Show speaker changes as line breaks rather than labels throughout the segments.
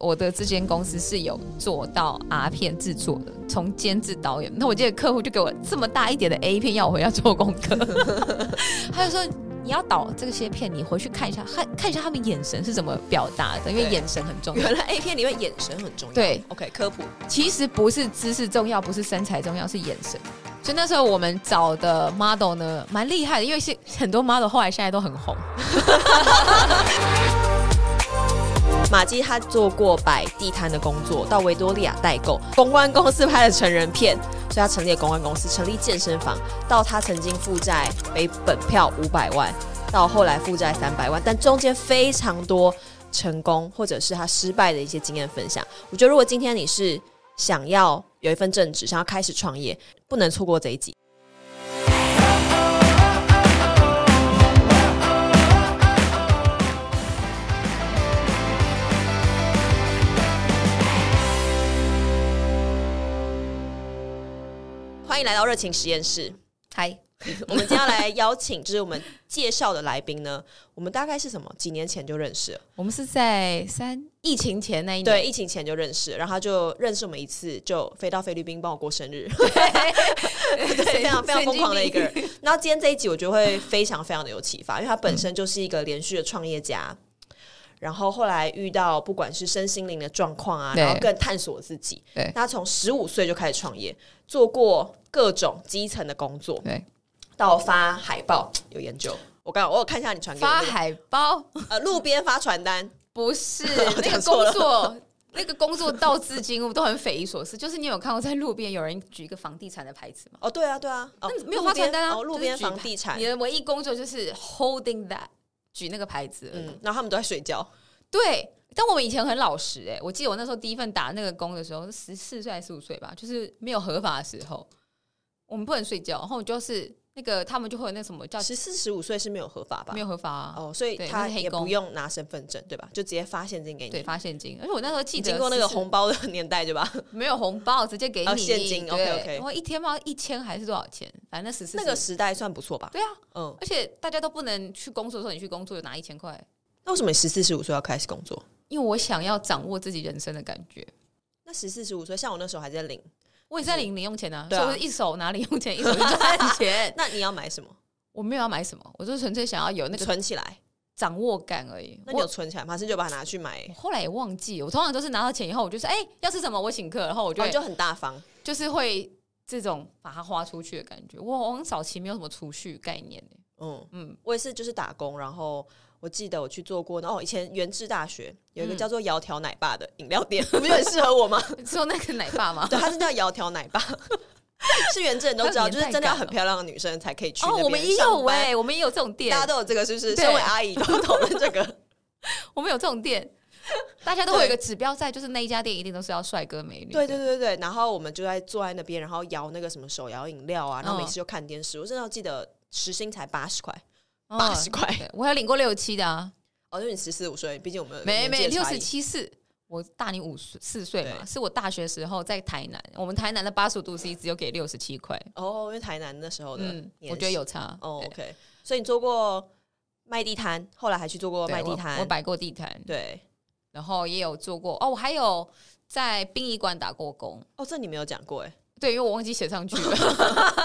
我的这间公司是有做到 R 片制作的，从监制导演。那我记得客户就给我这么大一点的 A 片，要我回家做功课， 他就说。你要导这些片，你回去看一下，看看一下他们眼神是怎么表达的，因为
对
眼神很重要。
原来 A 片里面眼神很重要。
对
，OK，科普
其实不是姿势重要，不是身材重要，是眼神。所以那时候我们找的 model 呢，蛮厉害的，因为现很多 model 后来现在都很红。
马基他做过摆地摊的工作，到维多利亚代购，公关公司拍了成人片，所以他成立了公关公司，成立健身房，到他曾经负债每本票五百万，到后来负债三百万，但中间非常多成功或者是他失败的一些经验分享。我觉得如果今天你是想要有一份正职，想要开始创业，不能错过这一集。欢迎来到热情实验室。
嗨，
我们今天要来邀请，就是我们介绍的来宾呢， 我们大概是什么？几年前就认识了，
我们是在三疫情前那一年，
对，疫情前就认识了，然后他就认识我们一次，就飞到菲律宾帮我过生日， 对， 非常非常疯狂的一个人。那今天这一集我觉得会非常非常的有启发，因为他本身就是一个连续的创业家。然后后来遇到不管是身心灵的状况啊，
对
然后更探索自己。
对
那他从十五岁就开始创业，做过各种基层的工作，
对，
到发海报有研究。我刚我有看一下你传给我
发
那个
海报
呃路边发传单，
不 是那个
讲错
工
了
作。 那个工作到至今我都很匪夷所思，就是你有看过在路边有人举一个房地产的牌子吗？
哦对啊对啊，哦
那没有发传单啊
路边哦路
就
边
是举
房地产
你，的唯一工作就是 holding that 举那个牌子而已，
嗯，然后他们都在睡觉，
对，但我们以前很老实哎、我记得我那时候第一份打那个工的时候，十四岁还是十五岁吧，就是没有合法的时候，我们不能睡觉，然后就是那个他们就会有那什么叫
十四十五岁是没有合法吧
没？有合法、啊，
哦，所以
对
他
那是黑
也不
工
用拿身份证对吧？就直接发现金给
对，
你。
发现金，而且我那时候记
你
得
经过那个
14
红包的年代对吧？
没有红包，直接给你、
哦现金
对
OK，OK
然后一天嘛一千还是多少钱，反正十四
那个时代算不错吧？
对啊，
嗯，
而且大家都不能去工作的时候你去工作就拿一千块，
那为什么十四十五岁要开始工作？
因为我想要掌握自己人生的感觉。
那十四十五岁，像我那时候还在领，
我也是在领零用钱啊，
对啊
所以我是一手拿零用钱，一手去赚钱。
那你要买什么？
我没有要买什么，我就是纯粹想要有那个
存起来？
掌握感而已。
那你有
我
存起来吗？还是就把它拿去买
我？后来也忘记，我通常都是拿到钱以后，我就是哎、要吃什么我请客，然后我就
哦
会、
你就很大方。
就是会这种把它花出去的感觉。我我很早期没有什么储蓄概念、欸、
嗯
嗯
嗯，我也是，就是打工，然后我记得我去做过，哦，以前原治大学有
嗯
一个叫做窈窕奶爸的饮 料店，不是很适合我吗？
只有那个奶爸吗？
对，它是叫窈窕奶爸， 是原治人都知道，就是真的要很漂亮的女生才可以去那
哦，
边
我们也
上
有
班
哎、我们也有这种店
大，家都有这个，是不是？
对
身为阿姨都讨论 这个，
我们有这种店， 大家都会有一
对
个指标在，就是那一家店一定都是要帅哥美女。
对对对对。然后我们就在坐在那边，然后摇那个什么手摇饮料啊，然
嗯
后每次就看电视。我真的记得时薪才八十块，
嗯，
八十块。
对，我还有领过六七的啊，
哦，就是你十四五岁，毕竟我们
没
年纪
没
的
六
差
十
异。
七四，我大你五十四岁嘛，
对
是我大学时候在台南，我们台南的八十五度 C 只有给六十七块，
哦，因为台南那时候的
嗯，
年
我觉得
薪
有差。
哦
对
，OK，所以你做过卖地摊，后来还去做过
对
卖地
我我
摊，
摆过地摊，
对，
然后也有做过哦，我还有在殡仪馆打过工，
哦，这你没有讲过哎，
对，因为我忘记写上去了。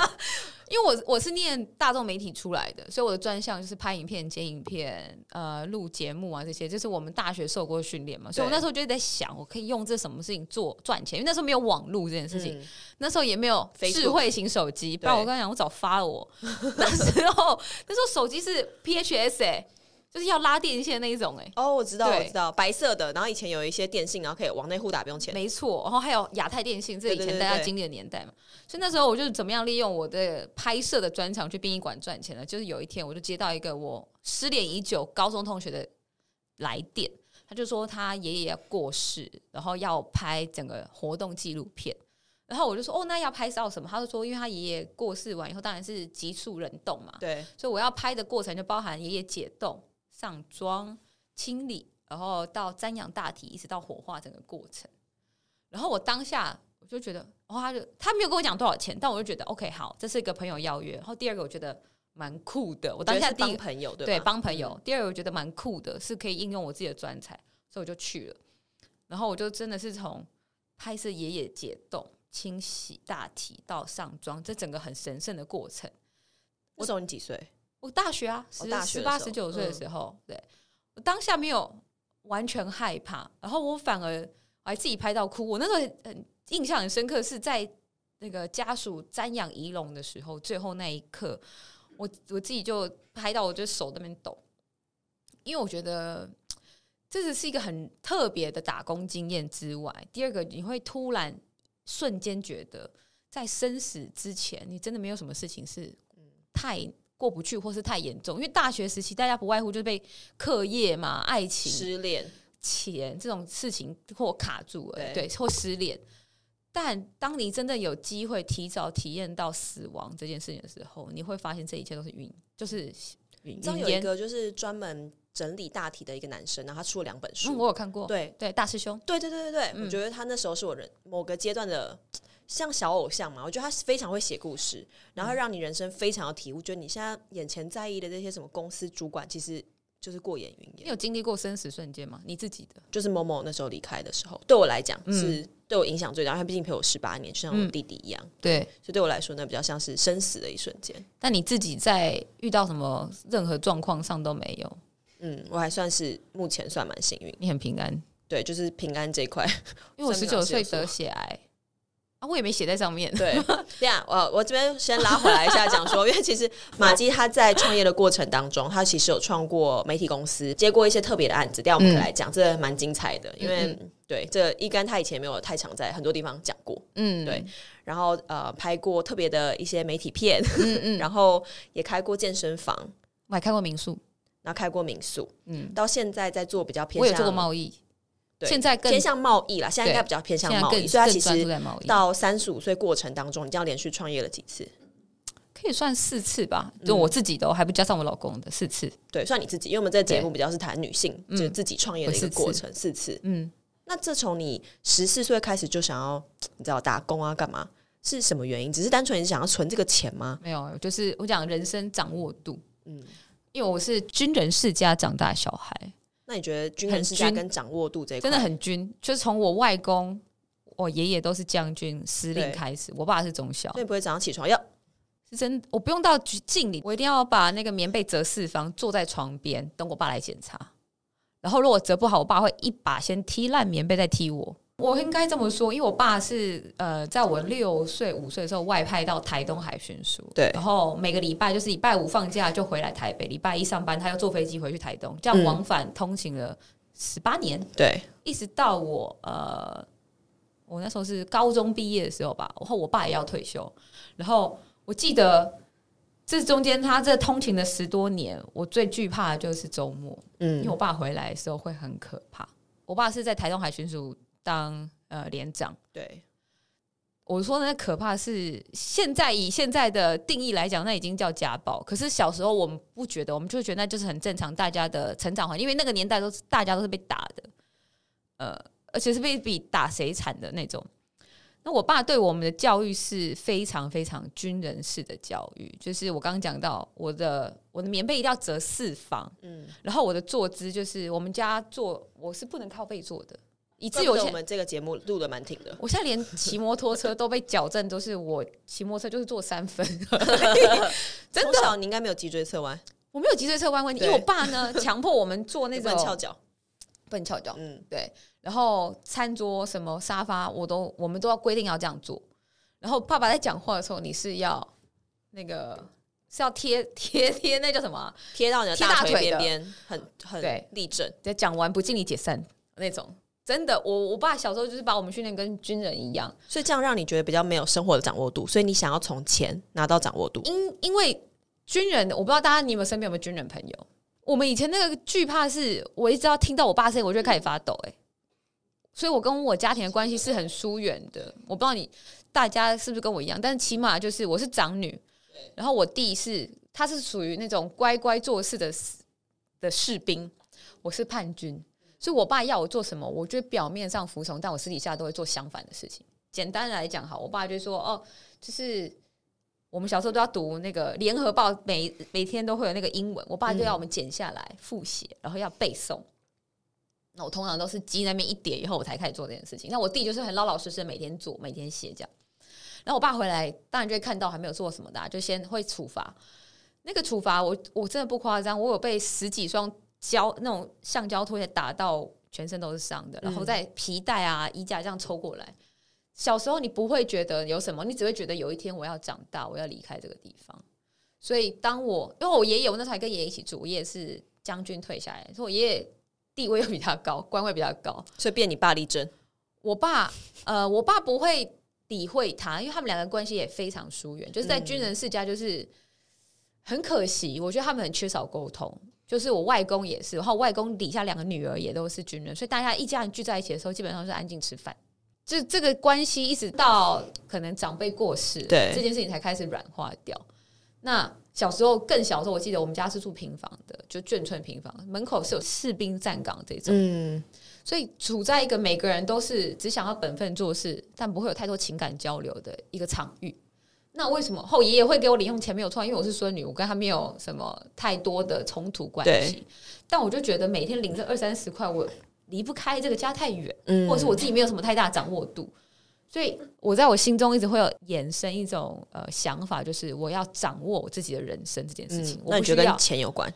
因为我我是念大众媒体出来的，所以我的专项就是拍影片、剪影片、呃，录节目啊这些，就是我们大学受过训练嘛。所以我
对
那时候就在想，我可以用这什么事情做赚钱？因为那时候没有网络这件事情，
嗯
那时候也没有
Facebook
智慧型手机，不
对
然我跟你讲，我早发了我。 那时候那时候手机是 PHS 哎、就是要拉电线那一种哎、
哦，我知道，
对
我知道，白色的，然后以前有一些电信，然后可以往内互打，不用钱，
没错，然后还有亚太电信，这以
对对
前
对
大家
对
经历的年代嘛，所以那时候我就是怎么样利用我的拍摄的专场去殡仪馆赚钱呢？就是有一天我就接到一个我失联已久高中同学的来电，他就说他爷爷过世，然后要拍整个活动纪录片。然后我就说哦，那要拍照什么？他就说，因为他爷爷过世完以后，当然是急速冷冻嘛，
对，
所以我要拍的过程就包含爷爷解冻、上妆、清理，然后到瞻仰大体，一直到火化整个过程。然后我当下我就觉得，哦，他就他没有跟我讲多少钱，但我就觉得 OK，好，这是一个朋友邀约。然后第二个我觉得蛮酷的，我
我
当下
是
第一
当
个
朋友，对
对
吧？
帮朋友，第二个我觉得蛮酷的，是可以应用我自己的专才，所以我就去了。然后我就真的是从拍摄爷爷解冻、清洗大体到上妆，这整个很神圣的过程。
那时候你几岁？
我大学啊，
哦
十
大
十
学的时候嗯
八十九岁的时候，对我当下没有完全害怕，然后我反而我还自己拍到哭。我那时候很印象很深刻，是在那个家属瞻仰仪容的时候，最后那一刻，我我自己就拍到我就手那边抖，因为我觉得。这只是一个很特别的打工经验之外，第二个你会突然瞬间觉得，在生死之前，你真的没有什么事情是太过不去或是太严重，因为大学时期大家不外乎就是被课业嘛、爱情、
失恋，
钱这种事情或卡住了，
对
对，或失恋。但当你真的有机会提早体验到死亡这件事情的时候，你会发现这一切都是云，就是云
嗯你知道
云
有一
烟。
个就是专门整理大体的一个男生，然后他出了两本
嗯，
书。
我有看过，
对
对，大师兄，
对对对对对，
嗯
我觉得他那时候是我人某个阶段的像小偶像嘛，我觉得他非常会写故事，然
嗯
后让你人生非常有体悟。觉得你现在眼前在意的这些什么公司主管，其实就是过眼云
你
烟。
有经历过生死瞬间吗？你自己的，
就是某某那时候离开的时候，对我来讲
嗯
是对我影响最大，因为他毕竟陪我十八年，就像我
嗯
弟弟一样，
对。
所以对我来说呢，比较像是生死的一瞬间。
但你自己在遇到什么任何状况上都没有，
嗯，我还算是目前算蛮幸运，
你很平安。
对，就是平安这一块。
因为我
生
十
命老
九
师
岁
有说
得血癌啊，我也没写在上 面。
对，这样我我这边先拉回来一下讲说，因为其实马基他在创业的过程当中，他其实有创过媒体公司，接过一些特别的案子。等一下我们可以来讲，这蛮精彩的，因为
嗯
对这一干他以前没有太常在很多地方讲过，
嗯，
对，然后呃拍过特别的一些媒体片，
嗯嗯，
然后也开过健身房，
我还开过民宿，
然后开过民宿，
嗯，
到现在在做比较偏
我有做过
向
贸易，
对
现在更
偏向贸易啦，现在应该比较偏向
现在
贸
更
易，所以他
更
其
专注
实
在贸易，
到三十五岁过程当中，你这样连续创业了几次？
可以算四次吧，
嗯
就我自己的哦，还不加上我老公的四次。
对，算你自己，因为我们这个节目比较是谈女性，
嗯
就是自己创业的一个
我四次
过程，四次。
嗯，
那这从你十四岁开始就想要，你知道打工啊，干嘛？是什么原因？只是单纯你想要存这个钱吗？
没有，就是我讲人生掌握度，
嗯，
因为我是军人世家长大的小孩，
那你觉得军人世家
很均
跟掌握度这一块
真的很军，就是从我外公。我爷爷都是将军司令
对
开始，我爸是中校
所，以不会早上起床要
是真，我不用到局敬礼，我一定要把那个棉被折四方，坐在床边等我爸来检查。然后如果折不好，我爸会一把先踢烂棉被，再踢我。我应该这么说，因为我爸是呃，在我六岁五岁的时候外派到台东海巡署，
对
然后每个礼拜就是礼拜五放假就回来台北，礼拜一上班他要坐飞机回去台东，这样
嗯
往返通勤了十八年。
对，
一直到我呃，我那时候是高中毕业的时候吧，然后我爸也要退休，然后我记得这中间他这通勤的十多年，我最惧怕的就是周末，因
嗯
为我爸回来的时候会很可怕。我爸是在台东海巡署当呃连长。
对，
我说那可怕是现在以现在的定义来讲，那已经叫家暴。可是小时候我们不觉得，我们就觉得那就是很正常，大家的成长环境，因为那个年代都是大家都是被打的，呃，而且是被比打谁惨的那种。那我爸对我们的教育是非常非常军人式的教育，就是我刚刚讲到我的我的棉被一定要折四方，
嗯，
然后我的坐姿就是我们家坐我是不能靠背坐的，以
这
至于
我
我现
我们这个节目录的蛮挺的，
我现在连骑摩托车都被矫正，都是我骑摩托车就是坐三 分，真
从
的，
小你应该没有脊椎侧弯，
我没有脊椎侧弯问题，因
对
为我爸呢强迫我们坐那哦
也不
种
能翘脚，
不能翘脚，
嗯，
对，然后餐桌什么沙发我都我们都要规定要这样做，然后爸爸在讲话的时候你是要那个是要贴贴贴那叫什么啊、
贴到你的
贴
大
大
腿
腿
边
的
边，很很
对
立正，
在讲完不敬礼解散那种。真的，我我爸小时候就是把我们训练跟军人一样，
所以这样让你觉得比较没有生活的掌握度，所以你想要从钱拿到掌握度，
因因为军人，我不知道大家你有没有身边有没有军人朋友？我们以前那个惧怕是，我一直要听到我爸声音，我就会开始发抖、欸，所以我跟我家庭的关系是很疏远的。我不知道你大家是不是跟我一样，但起码就是我是长女，然后我弟是他是属于那种乖乖做事的士的士兵，我是叛军，所以我爸要我做什么，我就表面上服从，但我私底下都会做相反的事情。简单来讲，好，我爸就说哦，就是我们小时候都要读那个《联合报》每，每天都会有那个英文，我爸就要我们剪下来、复写，然后要背诵。那我通常都是鸡那边一叠以后，我才开始做这件事情。那我弟就是很老老实实，每天做，每天写这样。然后我爸回来，当然就会看到还没有做什么的啊、就先会处罚。那个处罚，我我真的不夸张，我有被十几双胶那种橡胶拖鞋打到全身都是伤的，然后在皮带啊、衣架这样抽过来。小时候你不会觉得有什么，你只会觉得有一天我要长大，我要离开这个地方。所以当我因为我爷爷，我那时候还跟爷爷一起住，我爷爷是将军退下来，所以我爷爷地位又比较高，官位比较高。
所以变你爸力争，
我爸呃，我爸不会理会他，因为他们两个关系也非常疏远，就是在军人世家就是、很可惜，我觉得他们很缺少沟通。就是我外公也是，然后我外公底下两个女儿也都是军人，所以大家一家人聚在一起的时候，基本上是安静吃饭。就这个关系一直到可能长辈过世，
对
这件事情才开始软化掉。那小时候更小的时候，我记得我们家是住平房的，就眷村平房，门口是有士兵站岗这种。
嗯，
所以处在一个每个人都是只想要本分做事，但不会有太多情感交流的一个场域。那为什么后爷爷会给我零用钱没有错？因为我是孙女，我跟他没有什么太多的冲突关系。但我就觉得每天领这二三十块，我离不开这个家太远，
嗯
或者是我自己没有什么太大的掌握度。所以我在我心中一直会有衍生一种呃想法，就是我要掌握我自己的人生这件事情。
嗯
我
那
不
你觉
需
得
要
跟，钱有关？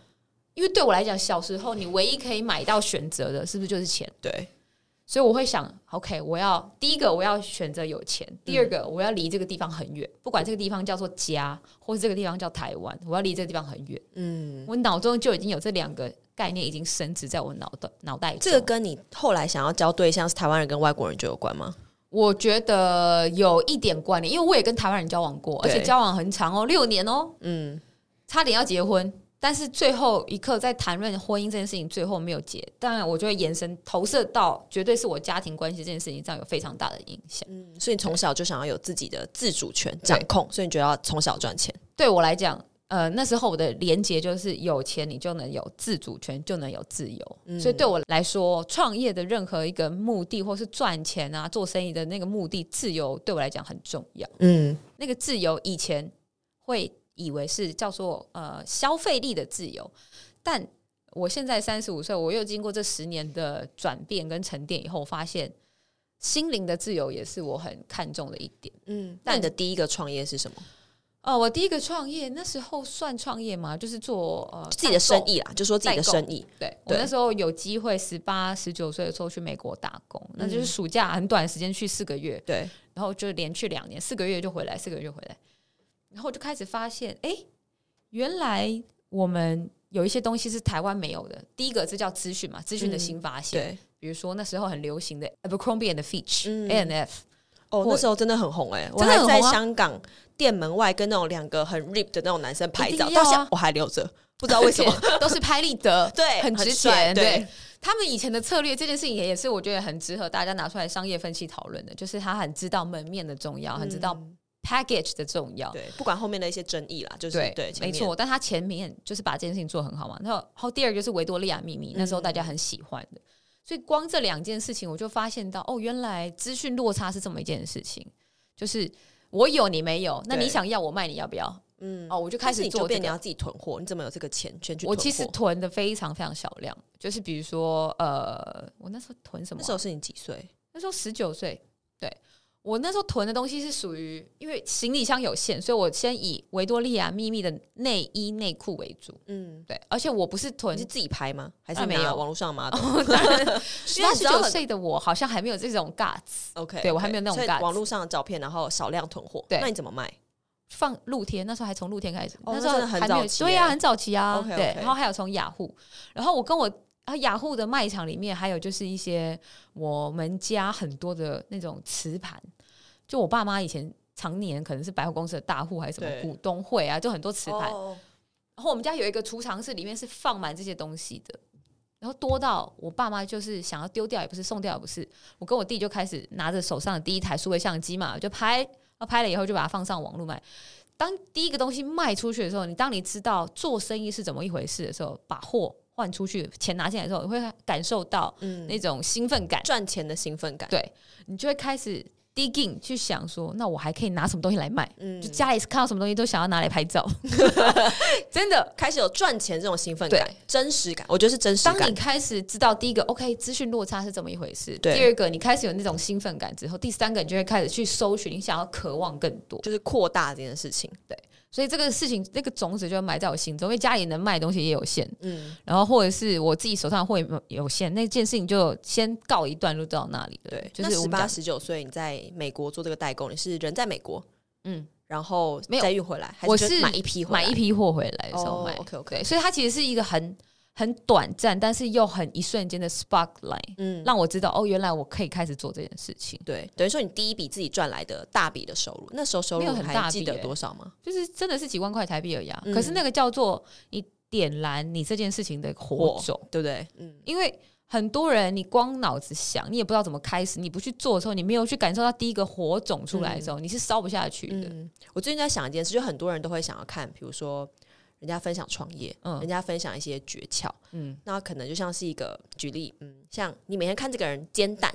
因为对我来讲，小时候你唯一可以买到选择的，是不是就是钱？
对，
所以我会想，OK，我要第一个我要选择有钱，第
嗯
二个我要离这个地方很远，不管这个地方叫做家，或是这个地方叫台湾，我要离这个地方很远。
嗯，
我脑中就已经有这两个概念已经升值在我脑的脑袋中。
这个跟你后来想要交对象是台湾人跟外国人就有关吗？
我觉得有一点关联，因为我也跟台湾人交往过，而
对
且交往很长哦，六年哦，
嗯，
差点要结婚，但是最后一刻在谈论婚姻这件事情，最后没有结。当然，我就会延伸投射到，绝对是我家庭关系这件事情上有非常大的影响。
嗯所以你从小就想要有自己的自主权、掌控，所以你就要从小赚钱。
对我来讲，呃，那时候我的连结就是有钱你就能有自主权，就能有自由。所以对我来说，创业的任何一个目的，或是赚钱啊、做生意的那个目的，自由对我来讲很重要。
嗯，
那个自由以前会以为是叫做呃消费力的自由，但我现在三十五岁，我又经过这十年的转变跟沉淀以后，发现心灵的自由也是我很看重的一点。
嗯，那你的第一个创业是什么？
呃，我第一个创业那时候算创业吗？就是做呃
自己的生
代
意啦，就说自己的生意。
购。对我
对
那时候有机会，十八、十九岁的时候去美国打工，那
嗯
就是暑假很短的时间去四个月，
对，
然后就连去两年，四个月就回来，四个月就回来，然后就开始发现，哎，原来我们有一些东西是台湾没有的。第一个这叫资讯嘛，资讯的新发现，
嗯对，
比如说那时候很流行的 Abercrombie and Fitch、
嗯
A and F，
哦，
或
那时候真的很红哎、我
真的
还
很红啊
在香港店门外跟那种两个很 rip 的那种男生拍照，
一定要
到
啊
现在我还留着，不知道为什 么。
都是拍立得，
对，
很值
帅
钱。对，他们以前的策略，这件事情也也是我觉得很值得大家拿出来商业分析讨论的，就是他很知道门面的重
嗯
要，很知道 package 的重要。
对，不管后面的一些争议啦，就是
对，
对，前
没
面。
错。但他前面就是把这件事情做得很好嘛。然后，然后第二个就是维多利亚秘密，那时候大家很喜欢的。所以光这两件事情，我就发现到哦，原来资讯落差是这么一件事情，就是我有你没有，那
对
你想要我卖你要不要？
嗯，
哦，我就
开
开
始
始
你就
做这
变你
个。
要自己囤货，你怎么有这个钱全去囤
我
货
其实囤的非常非常少量，就是比如说呃，我那时候囤什么啊、
那时候是你几岁？
那时候十九岁，对我那时候囤的东西是属于，因为行李箱有限，所以我先以维多利亚秘密的内衣内裤为主。
嗯，
对，而且我不是囤
你是自己拍吗？还是
啊没
拿
有
网络上 吗？
十八
哦因为你知
十
道
九
很
岁的我好像还没有这种 guts，
OK，
对我还没有那种
所以
guts
网络上的照片，然后少量囤货。
对
那你怎么卖？
放露天，那时候还从露天开始，
哦
时
那真
候
的很
还没有
早期
对
耶
呀、很早期啊
OK，OK
对，然后还有从雅虎，然后我跟我啊雅虎的卖场里面还有就是一些我们家很多的那种瓷盘，就我爸妈以前常年可能是百货公司的大户还是什
对
么股东会啊，就很多瓷盘，
哦
然后我们家有一个储藏室，里面是放满这些东西的，然后多到我爸妈就是想要丢掉也不是，送掉也不是。我跟我弟就开始拿着手上的第一台数位相机嘛，就拍，然后拍了以后就把它放上网络卖。当第一个东西卖出去的时候，你当你知道做生意是怎么一回事的时候，把货换出去，钱拿进来之后，你会感受到
嗯，
那种兴奋感，
赚钱的兴奋感，
对你就会开始 digging 去想说，那我还可以拿什么东西来卖？
嗯
就，家里看到什么东西都想要拿来拍照，真的。
开始有赚钱这种兴奋感
对、
真实感，我觉得是真实
当
感
你。开始知道第一个 OK 资讯落差是怎么一回事，第
对
二个你开始有那种兴奋感之后，第三个你就会开始去搜寻，你想要渴望更多。
就是扩大这件事情，
所以这个事情那个种子就埋在我心中，因为家里能卖的东西也有限，
嗯，
然后或者是我自己手上会有限，那件事情就先告一段落到那里了。
对。
就是
那
我
十
们
八、
讲
十九岁你在美国做这个代购，你是人在美国，
嗯，
然后
没有
再运回来，还
我
就是买一批回来哦
买一批货回来的时候买。
，OK OK，
对，所以它其实是一个很很短暂，但是又很一瞬间的 spotlight，、
嗯，
让我知道哦，原来我可以开始做这件事情，
对，等于说你第一笔自己赚来的大笔的收入，那时候收
没
入
有很
还
大
记
笔
得
欸
多少吗？
就是真的是几万块台币而已、啊
嗯
可是那个叫做你点燃你这件事情的火种，
对不对？嗯，
因为。很多人，你光脑子想，你也不知道怎么开始，你不去做的时候，你没有去感受到第一个火种出来的时候，你是烧不下去的。
嗯，我最近在想一件事，就很多人都会想要看，比如说人家分享创业，
嗯
人家分享一些诀窍，
嗯
那可能就像是一个举例，嗯，像你每天看这个人煎蛋，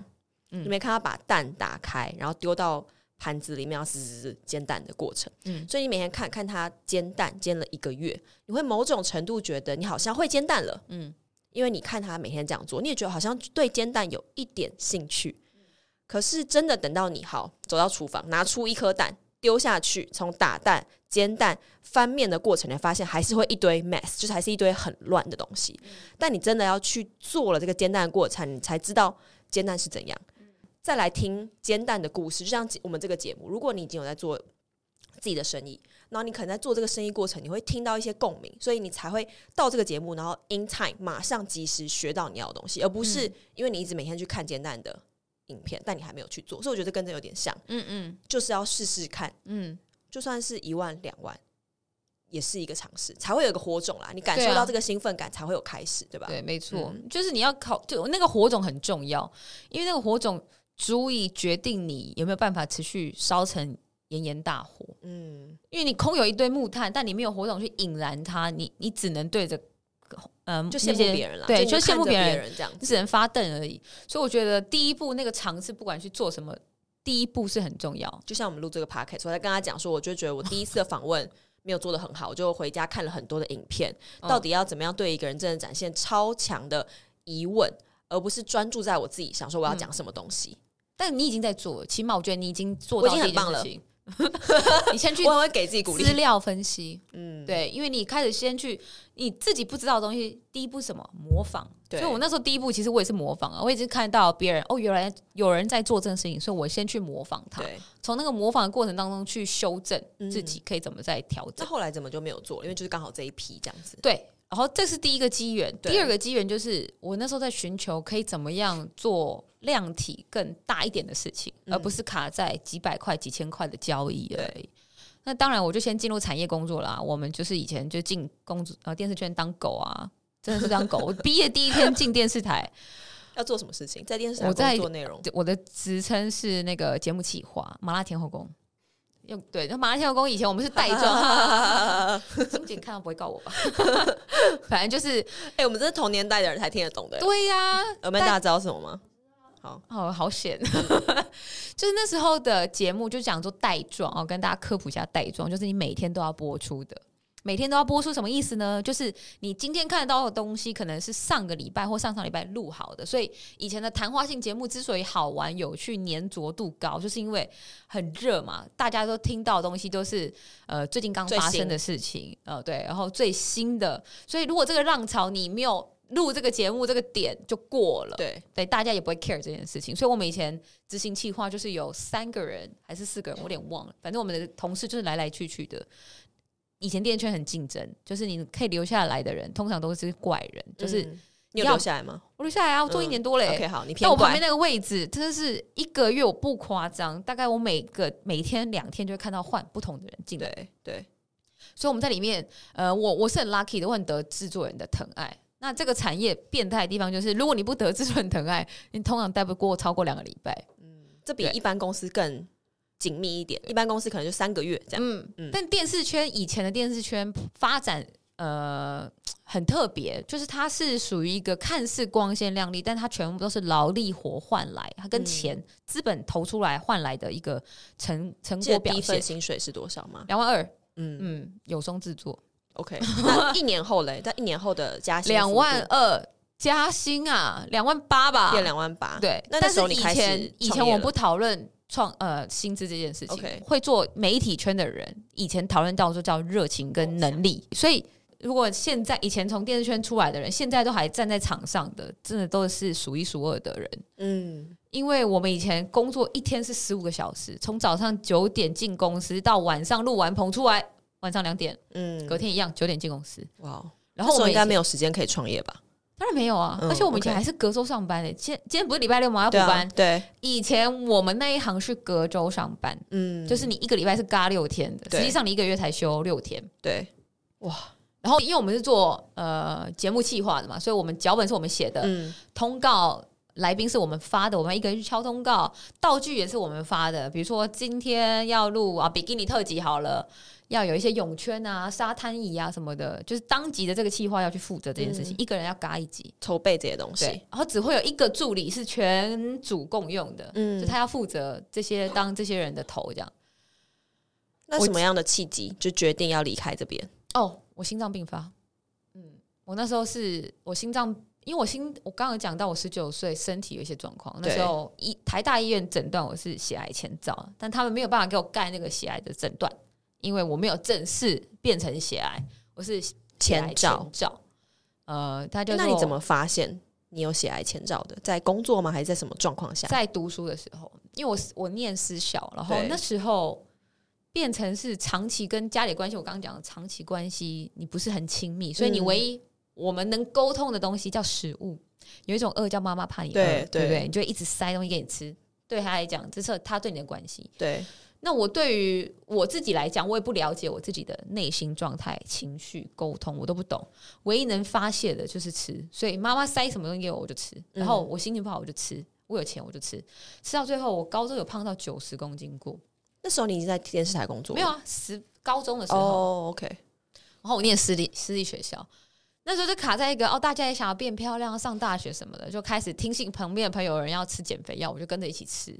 嗯
你每天看他把蛋打开，然后丢到盘子里面，要滋滋滋煎蛋的过程，
嗯
所以你每天看看他煎蛋煎了一个月，你会某种程度觉得你好像会煎蛋了。
嗯，
因为你看他每天这样做，你也觉得好像对煎蛋有一点兴趣。
嗯
可是真的等到你好走到厨房，拿出一颗蛋丢下去，从打蛋、煎蛋、翻面的过程，你会发现还是会一堆 mess，就是还是一堆很乱的东西。但你真的要去做了这个煎蛋的过程，你才知道煎蛋是怎样。再来听煎蛋的故事，就像我们这个节目，如果你已经有在做自己的生意，然后你可能在做这个生意过程，你会听到一些共鸣，所以你才会到这个节目，然后 in time 马上及时学到你要的东西，而不是因为你一直每天去看煎蛋的影片，但你还没有去做。所以我觉得跟这有点像，
嗯嗯
就是要试试看，
嗯，
就算是一万两万，也是一个尝试，才会有一个火种啦。你感
对
受
啊
到这个兴奋感，才会有开始，对吧？
对，没错，就是你要考，就那个火种很重要，因为那个火种足以决定你有没有办法持续烧成炎炎大火。
嗯，
因为你空有一堆木炭，但你没有火种去引燃它，你你只能对着，嗯、
就
那
羡慕
些
别人啦，
对，
你
就羡慕
看着
别
别
人，
这样子。
你只能发愣而已。所以我觉得第一步那个尝试，不管去做什么，第一步是很重要。
就像我们录这个 podcast，我在跟他讲说，我就觉得我第一次的访问没有做的很好，我就回家看了很多的影片，
嗯
到底要怎么样对一个人真的展现超强的疑问，而不是专注在我自己想说我要
嗯
讲什么东西。
但你已经在做了，起码我觉得你已经做
我已
到
经
这
很
件
棒
事
了
情。 你先去
我很会给自己鼓励
资，料分析，
嗯，
对，因为你开始先去你自己不知道的东西，第一步是什么模仿。
对
所以我那时候第一步其实我也是模仿啊，我已经看到别人哦，原来有人在做这件事情，所以我先去模仿他，
对。
从那个模仿的过程当中去修正
嗯
自己可以怎么再调
那
整。
后来怎么就没有做？因为就是刚好这一批这样子，
对，然后这是第一个机缘，
对
第二个机缘就是我那时候在寻求可以怎么样做量体更大一点的事情，
嗯
而不是卡在几百块、几千块的交易而已。那当然，我就先进入产业工作啦、我们就是以前就进工作呃电视圈当狗啊，真的是当狗。我 毕业第一天进电视台，
要做什么事情？在电视台
我在
工作内 容，
我的职称是那个节目企划，麻辣天后宫。用对，那麻辣天后宫以前我们是带啊
哎
妆，金姐看到不会告我吧？ 反正就是
哎、我们这是同年代的人才听得懂的。
对呀、
我们大家知道什么吗？好，
哦，好险！ 就是那时候的节目就讲做带妆哦，跟大家科普一下带妆，就是你每天都要播出的。每天都要播出什么意思呢？就是你今天看得到的东西，可能是上个礼拜或上上礼拜录好的。所以以前的谈话性节目之所以好玩、有趣、粘着度高，就是因为很热嘛，大家都听到的东西都是呃最近刚
最
发
新
生的事情，呃对，然后最新的。所以如果这个浪潮你没有录这个节目，这个点就过了。
对，
对，大家也不会 care 这件事情。所以我们以前执行计划就是有三个人还是四个人，我有点忘了，反正我们的同事就是来来去去的。以前电圈很竞争，就是你可以留下来的人，通常都是怪人。就是、
嗯你有
要
留下来吗
我留下来啊，我做一年多嘞、
？OK，好，你
但
偏
我旁
怪
边，那个位置，真的是一个月，我不夸张，大概我每个每天两天就会看到换不同的人进来。
对对，
所以我们在里面，呃，我我是很 lucky 的，我很得制作人的疼爱。那这个产业变态的地方就是，如果你不得制作人疼爱，你通常待不过超过两个礼拜。
这比
对
一般公司更紧密一点。一般公司可能就三个月这样。
嗯
嗯
但电视圈以前的电视圈发展呃很特别，就是它是属于一个看似光鲜亮丽，但它全部都是劳力活换来，它跟
嗯
钱资、本投出来换来的一个成成
记得
果表
第一份
现。
薪水是多少吗？
两万二，
嗯
嗯，有松制作
，OK。那一年后嘞？但一年后的加薪
两万
幅度
二加薪啊，两万八吧，
变两万八，
对，
那那
但
时
是
候你
以
开
前
始
以
创
前
业
我
了
不讨论创呃薪资这件事情
OK
会做媒体圈的人以前讨论到就叫热情跟能力，
哦
所以如果现在以前从电视圈出来的人，现在都还站在场上的，真的都是数一数二的人。
嗯，
因为我们以前工作一天是十五个小时，从早上九点进公司到晚上录完棚出来，晚上两点，
嗯
隔天一样九点进公司。
哇哦，
然后
那时
我
候
们
应该没
有，
有时间可以创业吧？
当然没有啊！
嗯
而且我们以前
OK
还是隔周上班的、今今天不是礼拜六吗？要补
对
班
啊，，对，
以前我们那一行是隔周上班，
嗯，
就是你一个礼拜是嘎六天的，
对
实际上你一个月才休六天。
对，
然后因为我们是做呃节目企划的嘛，所以我们脚本是我们写的，
嗯，
通告来宾是我们发的，我们一个人去敲通告，道具也是我们发的，比如说今天要录啊比基尼特辑好了。要有一些泳圈啊、沙滩椅啊什么的，就是当集的这个企划要去负责这件事情，
嗯
一个人要嘎一集，
筹备这些东西
对，，然后只会有一个助理是全组共用的，
嗯
就，他要负责这些当这些人的头这样。
那
我
什么样的契机就决定要离开这边？
哦，我心脏病发，嗯，我那时候是我心脏，因为我心我刚刚讲到我十九岁身体有一些状况，那
对
时候医台大医院诊断我是血癌前兆，但他们没有办法给我盖那个血癌的诊断，因为我没有正式变成血癌，我是血癌
前兆
前，兆。呃，他就
那你怎么发现你有血癌前兆的？在工作吗？还是在什么状况下？
在读书的时候，因为我是我念私校，然后
对
那时候变成是长期跟家里关系，我刚刚讲的长期关系，你不是很亲密，所以你
嗯
唯一我们能沟通的东西叫食物，有一种饿叫妈妈怕你饿，
对
对不
对
对？你就一直塞东西给你吃，对他来讲，这是他对你的关系。
对，
那我对于我自己来讲，我也不了解我自己的内心状态、情绪、沟通，我都不懂。唯一能发泄的就是吃，所以妈妈塞什么东西给我，我就吃。然后我心情不好，我就吃；我有钱，我就吃。吃到最后，我高中有胖到九十公斤过，
那时候你已经在电视台工作
没
了，
有啊，十高中的时候，
哦，OK，
然后我念私立私立学校，那时候就卡在一个哦，大家也想要变漂亮、上大学什么的，就开始听信旁边的朋友有人要吃减肥药，我就跟着一起吃。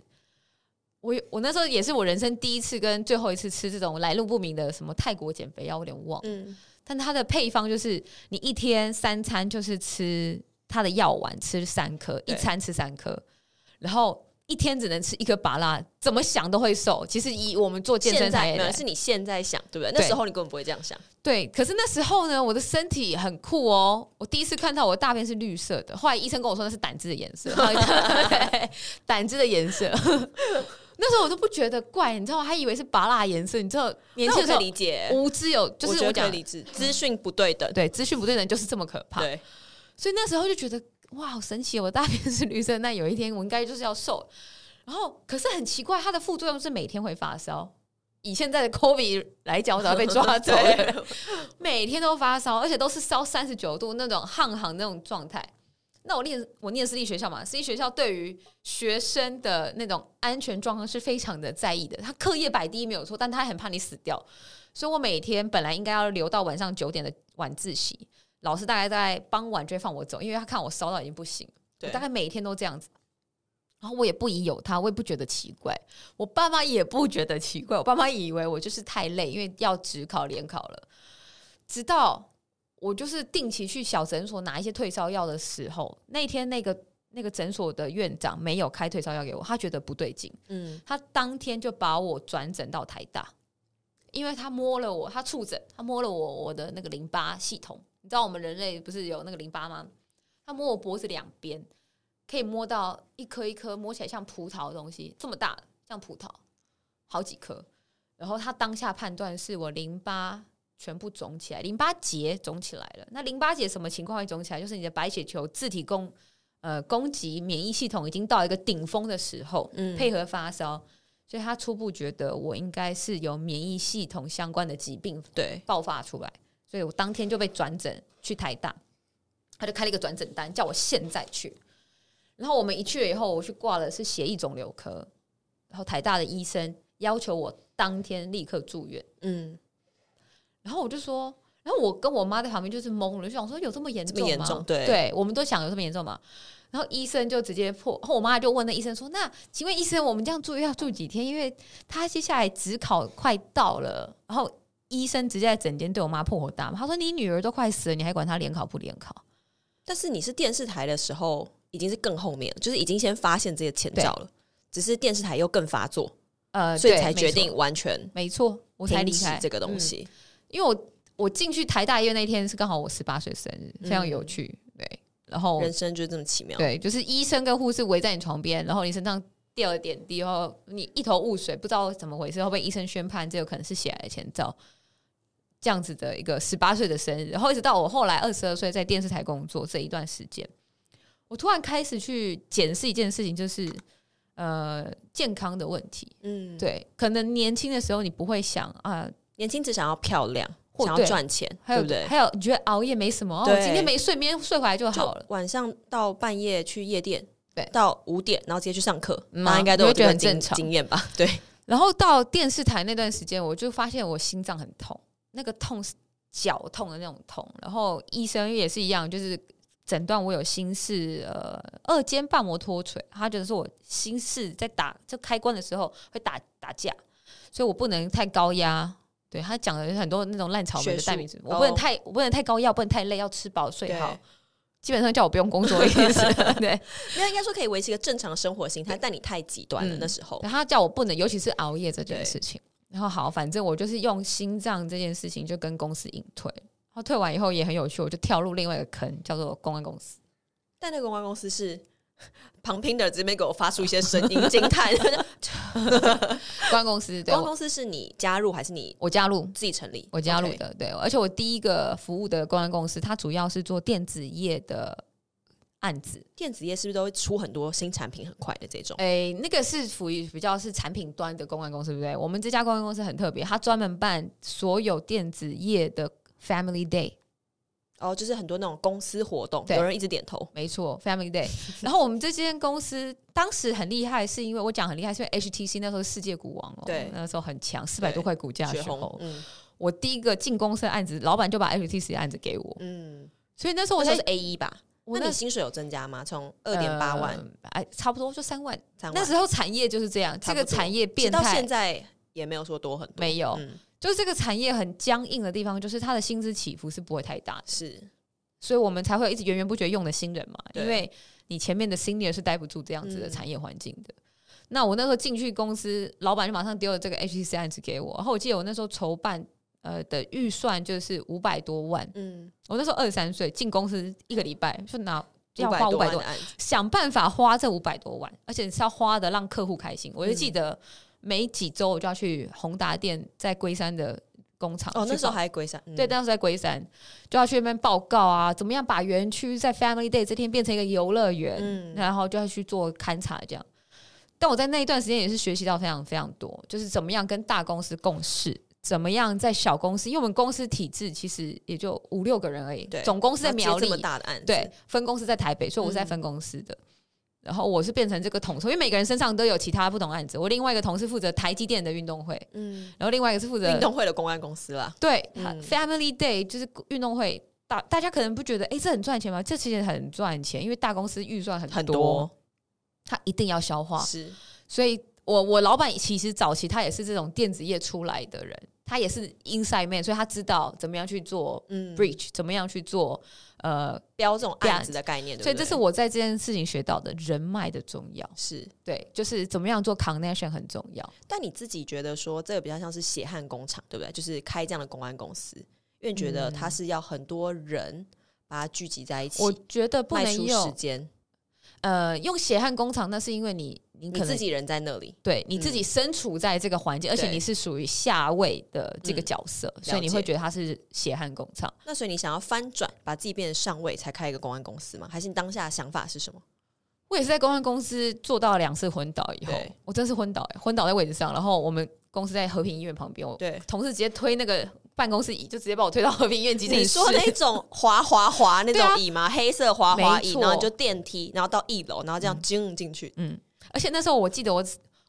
我我那时候也是我人生第一次跟最后一次吃这种来路不明的什么泰国减肥药，我有点忘。
嗯，
但它的配方就是你一天三餐就是吃它的药丸，吃三颗，一
对
餐吃三颗，然后一天只能吃一颗拔辣，怎么想都会瘦。其实以我们做健
现
身产
在
业
没
的
有
人
是你现在想对不对？
对
那时候你根本不会这样想，
对，可是那时候呢，我的身体很酷哦。我第一次看到我的大便是绿色的，后来医生跟我说那是胆汁的颜 色，对胆汁的颜色。 那时候我都不觉得怪，你知道吗？还以为是拔蜡颜色，你知道年
那
轻的
我
时
可以
候
理解，
无知有，就
我
是
觉
我
得可
讲嗯
以理解，资讯不对等，
对资讯不对等就是这么可怕。
对，
所以那时候就觉得哇，好神奇！我的大便是绿色，那有一天我应该就是要瘦。然后，可是很奇怪，它的副作用是每天会发烧。以现在的 COVID 来讲，我早就被 抓走了。
对，
每天都发烧，而且都是烧三十九度那种汗行那种状态。那我念我念私立学校嘛，私立学校对于学生的那种安全状况是非常的在意的。他课业摆第一没有错，但他很怕你死掉，所以我每天本来应该要留到晚上九点的晚自习，老师大概在傍晚就会放我走，因为他看我烧到已经不行了。
对
我大概每天都这样子。然后我也不疑有他，我也不觉得奇怪，我爸妈也不觉得奇怪，我爸妈以为我就是太累，因为要只考联考了。直到我就是定期去小诊所拿一些退烧药的时候，那天那个那个诊所的院长没有开退烧药给我，他觉得不对劲，
嗯，
他当天就把我转诊到台大，因为他摸了我，他触诊，他摸了我我的那个淋巴系统，你知道我们人类不是有那个淋巴吗？他摸我脖子两边，可以摸到一颗一颗摸起来像葡萄的东西，这么大，像葡萄，好几颗。然后他当下判断是我淋巴全部肿起来，淋巴结肿起来了。那淋巴结什么情况会肿起来？就是你的白血球自体供呃攻击免疫系统已经到一个顶峰的时候，
嗯
配合发烧，所以他初步觉得我应该是有免疫系统相关的疾病
对，
爆发出来，所以我当天就被转诊去台大，他就开了一个转诊单，叫我现在去。然后我们一去了以后，我去挂了是血液肿瘤科，然后台大的医生要求我当天立刻住院，
嗯，
然后我就说，然后我跟我妈在旁边就是懵了，就想说有这么严重
这
吗？
么严重对
我们都想有这么严重吗？然后医生就直接破，然后我妈就问那医生说：“那请问医生，我们这样住要住几天？因为他接下来职考快到了。”然后医生直接在整间对我妈破口大骂，他说：“你女儿都快死了，你还管她联考不联考？”
但是你是电视台的时候，已经是更后面了，就是已经先发现这些前兆了，只是电视台又更发作，
呃，
所以
对
才决，
没
定
错
完全
没错，我才
停
离
止
开
这个东
嗯
西。
因为我我进去台大医院那天是刚好我十八岁生日，非常有趣。对，然后
嗯人生就是这么奇妙。
哦对，就是医生跟护士围在你床边，然后你身上掉了点滴，然后你一头雾水，不知道怎么回事，后被医生宣判这有可能是血癌的前兆。这样子的一个十八岁的生日，然后一直到我后来二十二岁在电视台工作这一段时间，我突然开始去检视一件事情，就是呃健康的问题。
嗯，对，
对，可能年轻的时候你不会想啊，
年轻只想要漂亮，
或
想要
哦对
赚钱，
还
对
有
不对？
还有，你觉得熬夜没什么？哦，
对
我今天没睡，明天睡回来就
就
好了。
晚上到半夜去夜店，
对
到五点，然后直接去上课，
嗯
大家应该都
你会
有这
觉得
个
很
经
正常
经 验吧？对，
然后到电视台那段时间，我就发现我心脏很痛，那个痛是绞痛的那种痛。然后医生也是一样，就是诊断我有心室呃二尖瓣膜脱垂，他觉得是我心室在打就开关的时候会打打架，所以我不能太高压。对他讲的很多那种烂草莓的
学术
代名词，
哦
我不能太我不能太高压，不能太累，要吃饱睡好
对。
基本上叫我不用工作的意思， 对。
没有应该说可以维持一个正常生活形态，但你太极端了
嗯
那时候。
然后他叫我不能，尤其是熬夜这件事情。然后好，反正我就是用心脏这件事情就跟公司隐退。然后退完以后也很有趣，我就跳入另外一个坑，叫做公关公司。
但那个公关公司是 旁听的这边给我发出一些声 音惊叹。
公关公司，对
公关
我
公司是你加入还是你
我加入，
自己成立？
我加入
OK
的对。而且我第一个服务的公关公司，它主要是做电子业的案子。
电子业是不是都会出很多新产品很快的这种？
诶，那个是属于比较是产品端的公关公司，对不对？我们这家公关公司很特别，它专门办所有电子业的 Family Day。
哦，就是很多那种公司活动，
对
有人一直点头。
没错，Family Day。然后我们这间公司当时很厉害，是因为我讲很厉害，是因为 HTC 那时候世界股王哦，
对
那时候很强，四百多块股价的
雪
时
红
候，，
嗯
我第一个进公司的案子，老板就把 HTC 的案子给我，
嗯，
所以那时候
我
我
说
在
是 A 一吧？
我
那你薪水有增加吗？从二点八万、，
呃哎，差不多就三万。
三
那
万，
时候产业就是这样，
差
这
不多
个产业
其实
变
到
态
现。在也没有说多很多。
没有，
嗯，
就是这个产业很僵硬的地方，就是它的薪资起伏是不会太大的，
是
所以我们才会一直源源不绝用的新人嘛，
对
因为你前面的 senior 是待不住这样子的
嗯
产业环境的。那我那时候进去公司，老板就马上丢了这个 HTC 案子给我，然后我记得我那时候筹办呃的预算就是五百多万，
嗯，
我那时候二十三岁，进公司一个礼拜就拿要
五
花五
多
百
万
多万，
的案子，
想办法花这五百多万，而且是要花的让客户开心。我
嗯
就记得每几周我就要去宏达店，在龟山的工厂
哦，
去
那时候
报
还龟山，嗯
对，当时在龟山就要去那边报告啊，怎么样把园区在 Family Day 这天变成一个游乐园，
嗯
然后就要去做勘察这样。但我在那一段时间也是学习到非常非常多，就是怎么样跟大公司共事，怎么样在小公司，因为我们公司体制其实也就五六个人而已
对，
总公司在
然后接
苗栗
这，么大的嗯案子，
对，，分公司在台北，所以我是在分公司的。然后我是变成这个统筹，因为每个人身上都有其他不同案子。我另外一个同事负责台积电的运动会，
嗯，
然后另外一个是负责
运动会的公关公司啦，
对、
嗯
它 f a m i l y Day 就是运动会，大大家可能不觉得，哎、这很赚钱吗？这其实很赚钱，因为大公司预算很
很
多，他一定要消化。
是
所以我我老板其实早期他也是这种电子业出来的人，他也是 inside man，所以他知道怎么样去做
嗯
breach，、怎么样去做呃，
标这种
对
案
啊
子的概念，对
所以
不
这
对
是我在这件事情学到的人脉的重要。
是。
对，就是怎么样做 connection 很重要。
但你自己觉得说，这个比较像是血汗工厂，对不对？就是开这样的公关公司，因为觉得它是要很多人把它聚集在一起，
嗯我觉得不
卖
能
出时
用
间，
呃用血汗工厂，那是因为你你
你
可能
自己人在那里，
对你自己身处在这个环境，而且
嗯对
你是属于下位的这个
嗯
角色，所以你会
解
觉得它是血汗工厂。
那所以你想要翻转，把自己变成上位，才开一个公关公司吗？还是你当下的想法是什么？
我也是在公关公司做到两次昏倒以后
对，
我真是昏倒、欸，昏倒在位置上，然后我们公司在和平医院旁边，我
对，
同事直接推那个办公室椅，就直接把我推到和平医院急诊
你
室。
说那种滑滑滑 那
对啊
种椅吗？黑色滑滑椅，
没错嗯
然后你就电梯，然后到一楼，然后这样进进去，
而且那时候我记得我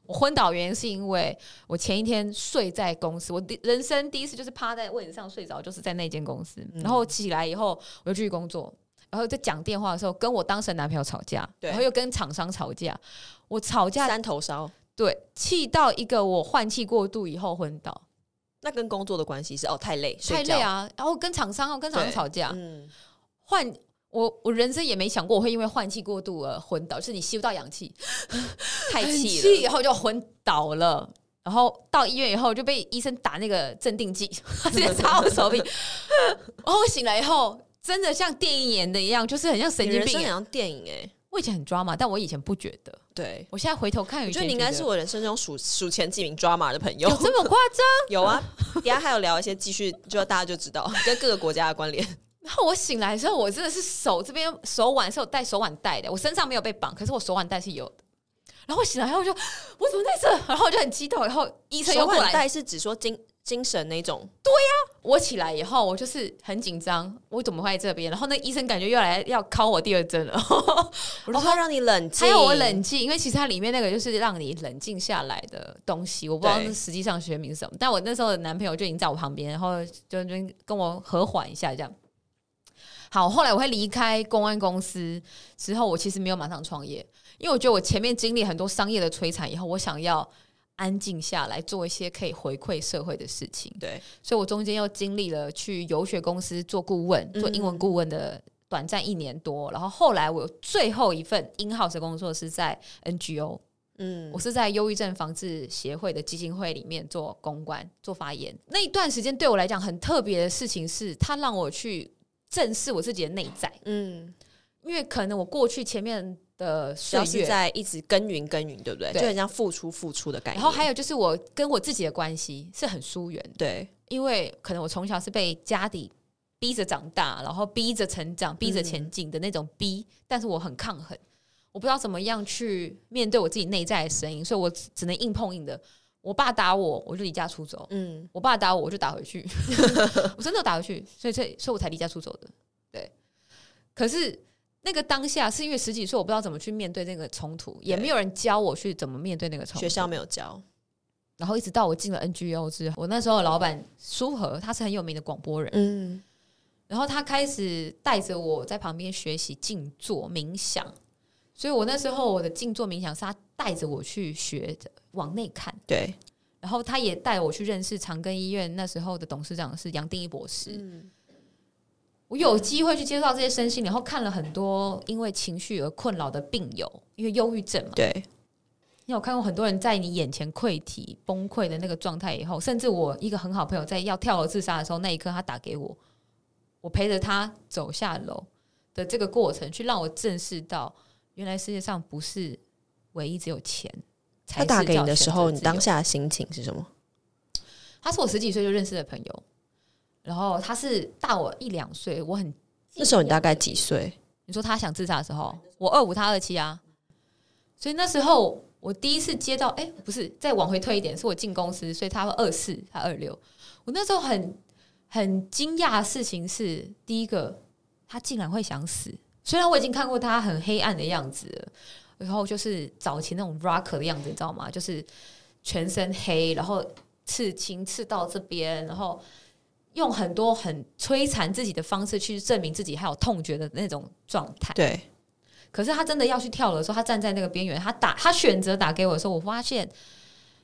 我昏倒原因是因为我前一天睡在公司，我第人生第一次就是趴在位置上睡着，就是在那间公司。
嗯
然后起来以后，我就继续工作。然后在讲电话的时候，跟我当时的男朋友吵架，
对
然后又跟厂商吵架。我吵架
三头烧，
对气到一个我换气过度以后昏倒，
那跟工作的关系是哦，太累，
太
睡觉
累，啊！然后跟厂商跟厂商
对
吵架，
嗯，
换我我人生也没想过我会因为换气过度而昏倒，就是你吸不到氧气，
太
很气
气了，
以后就昏倒了。然后到医院以后就被医生打那个镇定剂， 直接插我手臂。然后我醒来以后，真的像电影演的一样，就是很像神
你
经
人生
病
很
欸。
像电影哎、
我以前很抓嘛，但我以前不觉得，
对，
我现在回头看，
我
我
觉得你应该是我人生中数数前几名抓马的朋友
有，这么夸张。
有啊，等一下还有聊一些继续，就大家就知道跟各个国家的关联。
然后我醒来的时候，我真的是手这边手腕是有带手腕带的，我身上没有被绑，可是我手腕带是有的。然后我醒来以后我就，我怎么在这？然后我就很激动，然后医生又
手
过
腕
来，
带是指说精精神那种，
我起来以后，我就是很紧张，我怎么会在这边？然后那医生感觉又来要敲我第二针了，我就
我说
说
他让你冷
还
静，
有我冷静，因为其实它里面那个就是让你冷静下来的东西，我不知道
对
是实际上学名是什么。但我那时候的男朋友就已经在我旁边，然后就就跟我和缓一下这样。好，后来我会离开公安公司之后，我其实没有马上创业，因为我觉得我前面经历很多商业的摧残以后，我想要安静下来，做一些可以回馈社会的事情。
对，
所以我中间又经历了去游学公司做顾问，
嗯
做英文顾问的短暂一年多，然后后来我最后一份 in house 的工作是在 NGO，
嗯
我，是在忧郁症防治协会的基金会里面做公关、做发言。那一段时间对我来讲很特别的事情是，它让我去正视我自己的内在，
嗯，
因为可能我过去前面的
只
岁
要是
月。
在一直耕耘耕耘，对不对？
对
就很像付出付出的概念。
然后还有就是我跟我自己的关系是很疏远的
对，
因为可能我从小是被家里逼着长大，然后逼着成长、逼
嗯
着前进的那种逼，但是我很抗衡，我不知道怎么样去面对我自己内在的声音，所以我只只能硬碰硬的。我爸打我，我就离家出走；
嗯，
我爸打我，我就打回去。 我真的有打回去，所以所以所以我才离家出走的。对，可是那个当下是因为十几岁，我不知道怎么去面对那个冲突，也
对
没有人教我去怎么面对那个冲突。
学校没有教，
然后一直到我进了 NGO 之后，我那时候的老板舒和，他是很有名的广播人，
嗯，
然后他开始带着我在旁边学习静坐冥想，所以我那时候我的静坐冥想是他带着我去学的，往内看，
对，
然后他也带我去认识长庚医院那时候的董事长是杨定一博士，
嗯，
我有机会去接触到这些身心，然后看了很多因为情绪而困扰的病友，因为忧郁症嘛，
对，
你有看过很多人在你眼前溃体崩溃的那个状态以后，甚至我一个很好朋友在要跳楼自杀的时候，那一刻他打给我，我陪着他走下楼的这个过程，去让我正视到，原来世界上不是唯一只有钱才
他
是
打给
叫
你的时
选择
候，
自
你
由
当下的心情是什么？
他是我十几岁就认识的朋友，然后他是大我一两岁，我很
那时候你大概几岁？
你说他想自杀的时候，我二五，他二七啊。所以那时候我第一次接到，哎、不是，再往回退一点，是我进公司，所以他二四，他二六。我那时候很很惊讶的事情是，第一个，他竟然会想死。虽然我已经看过他很黑暗的样子了然后就是早期那种 rocker 的样子，你知道吗？就是全身黑，然后刺青刺到这边，然后用很多很摧残自己的方式去证明自己还有痛觉的那种状态。
对，
可是他真的要去跳楼的时候，他站在那个边缘，他打他选择打给我的时候，我发现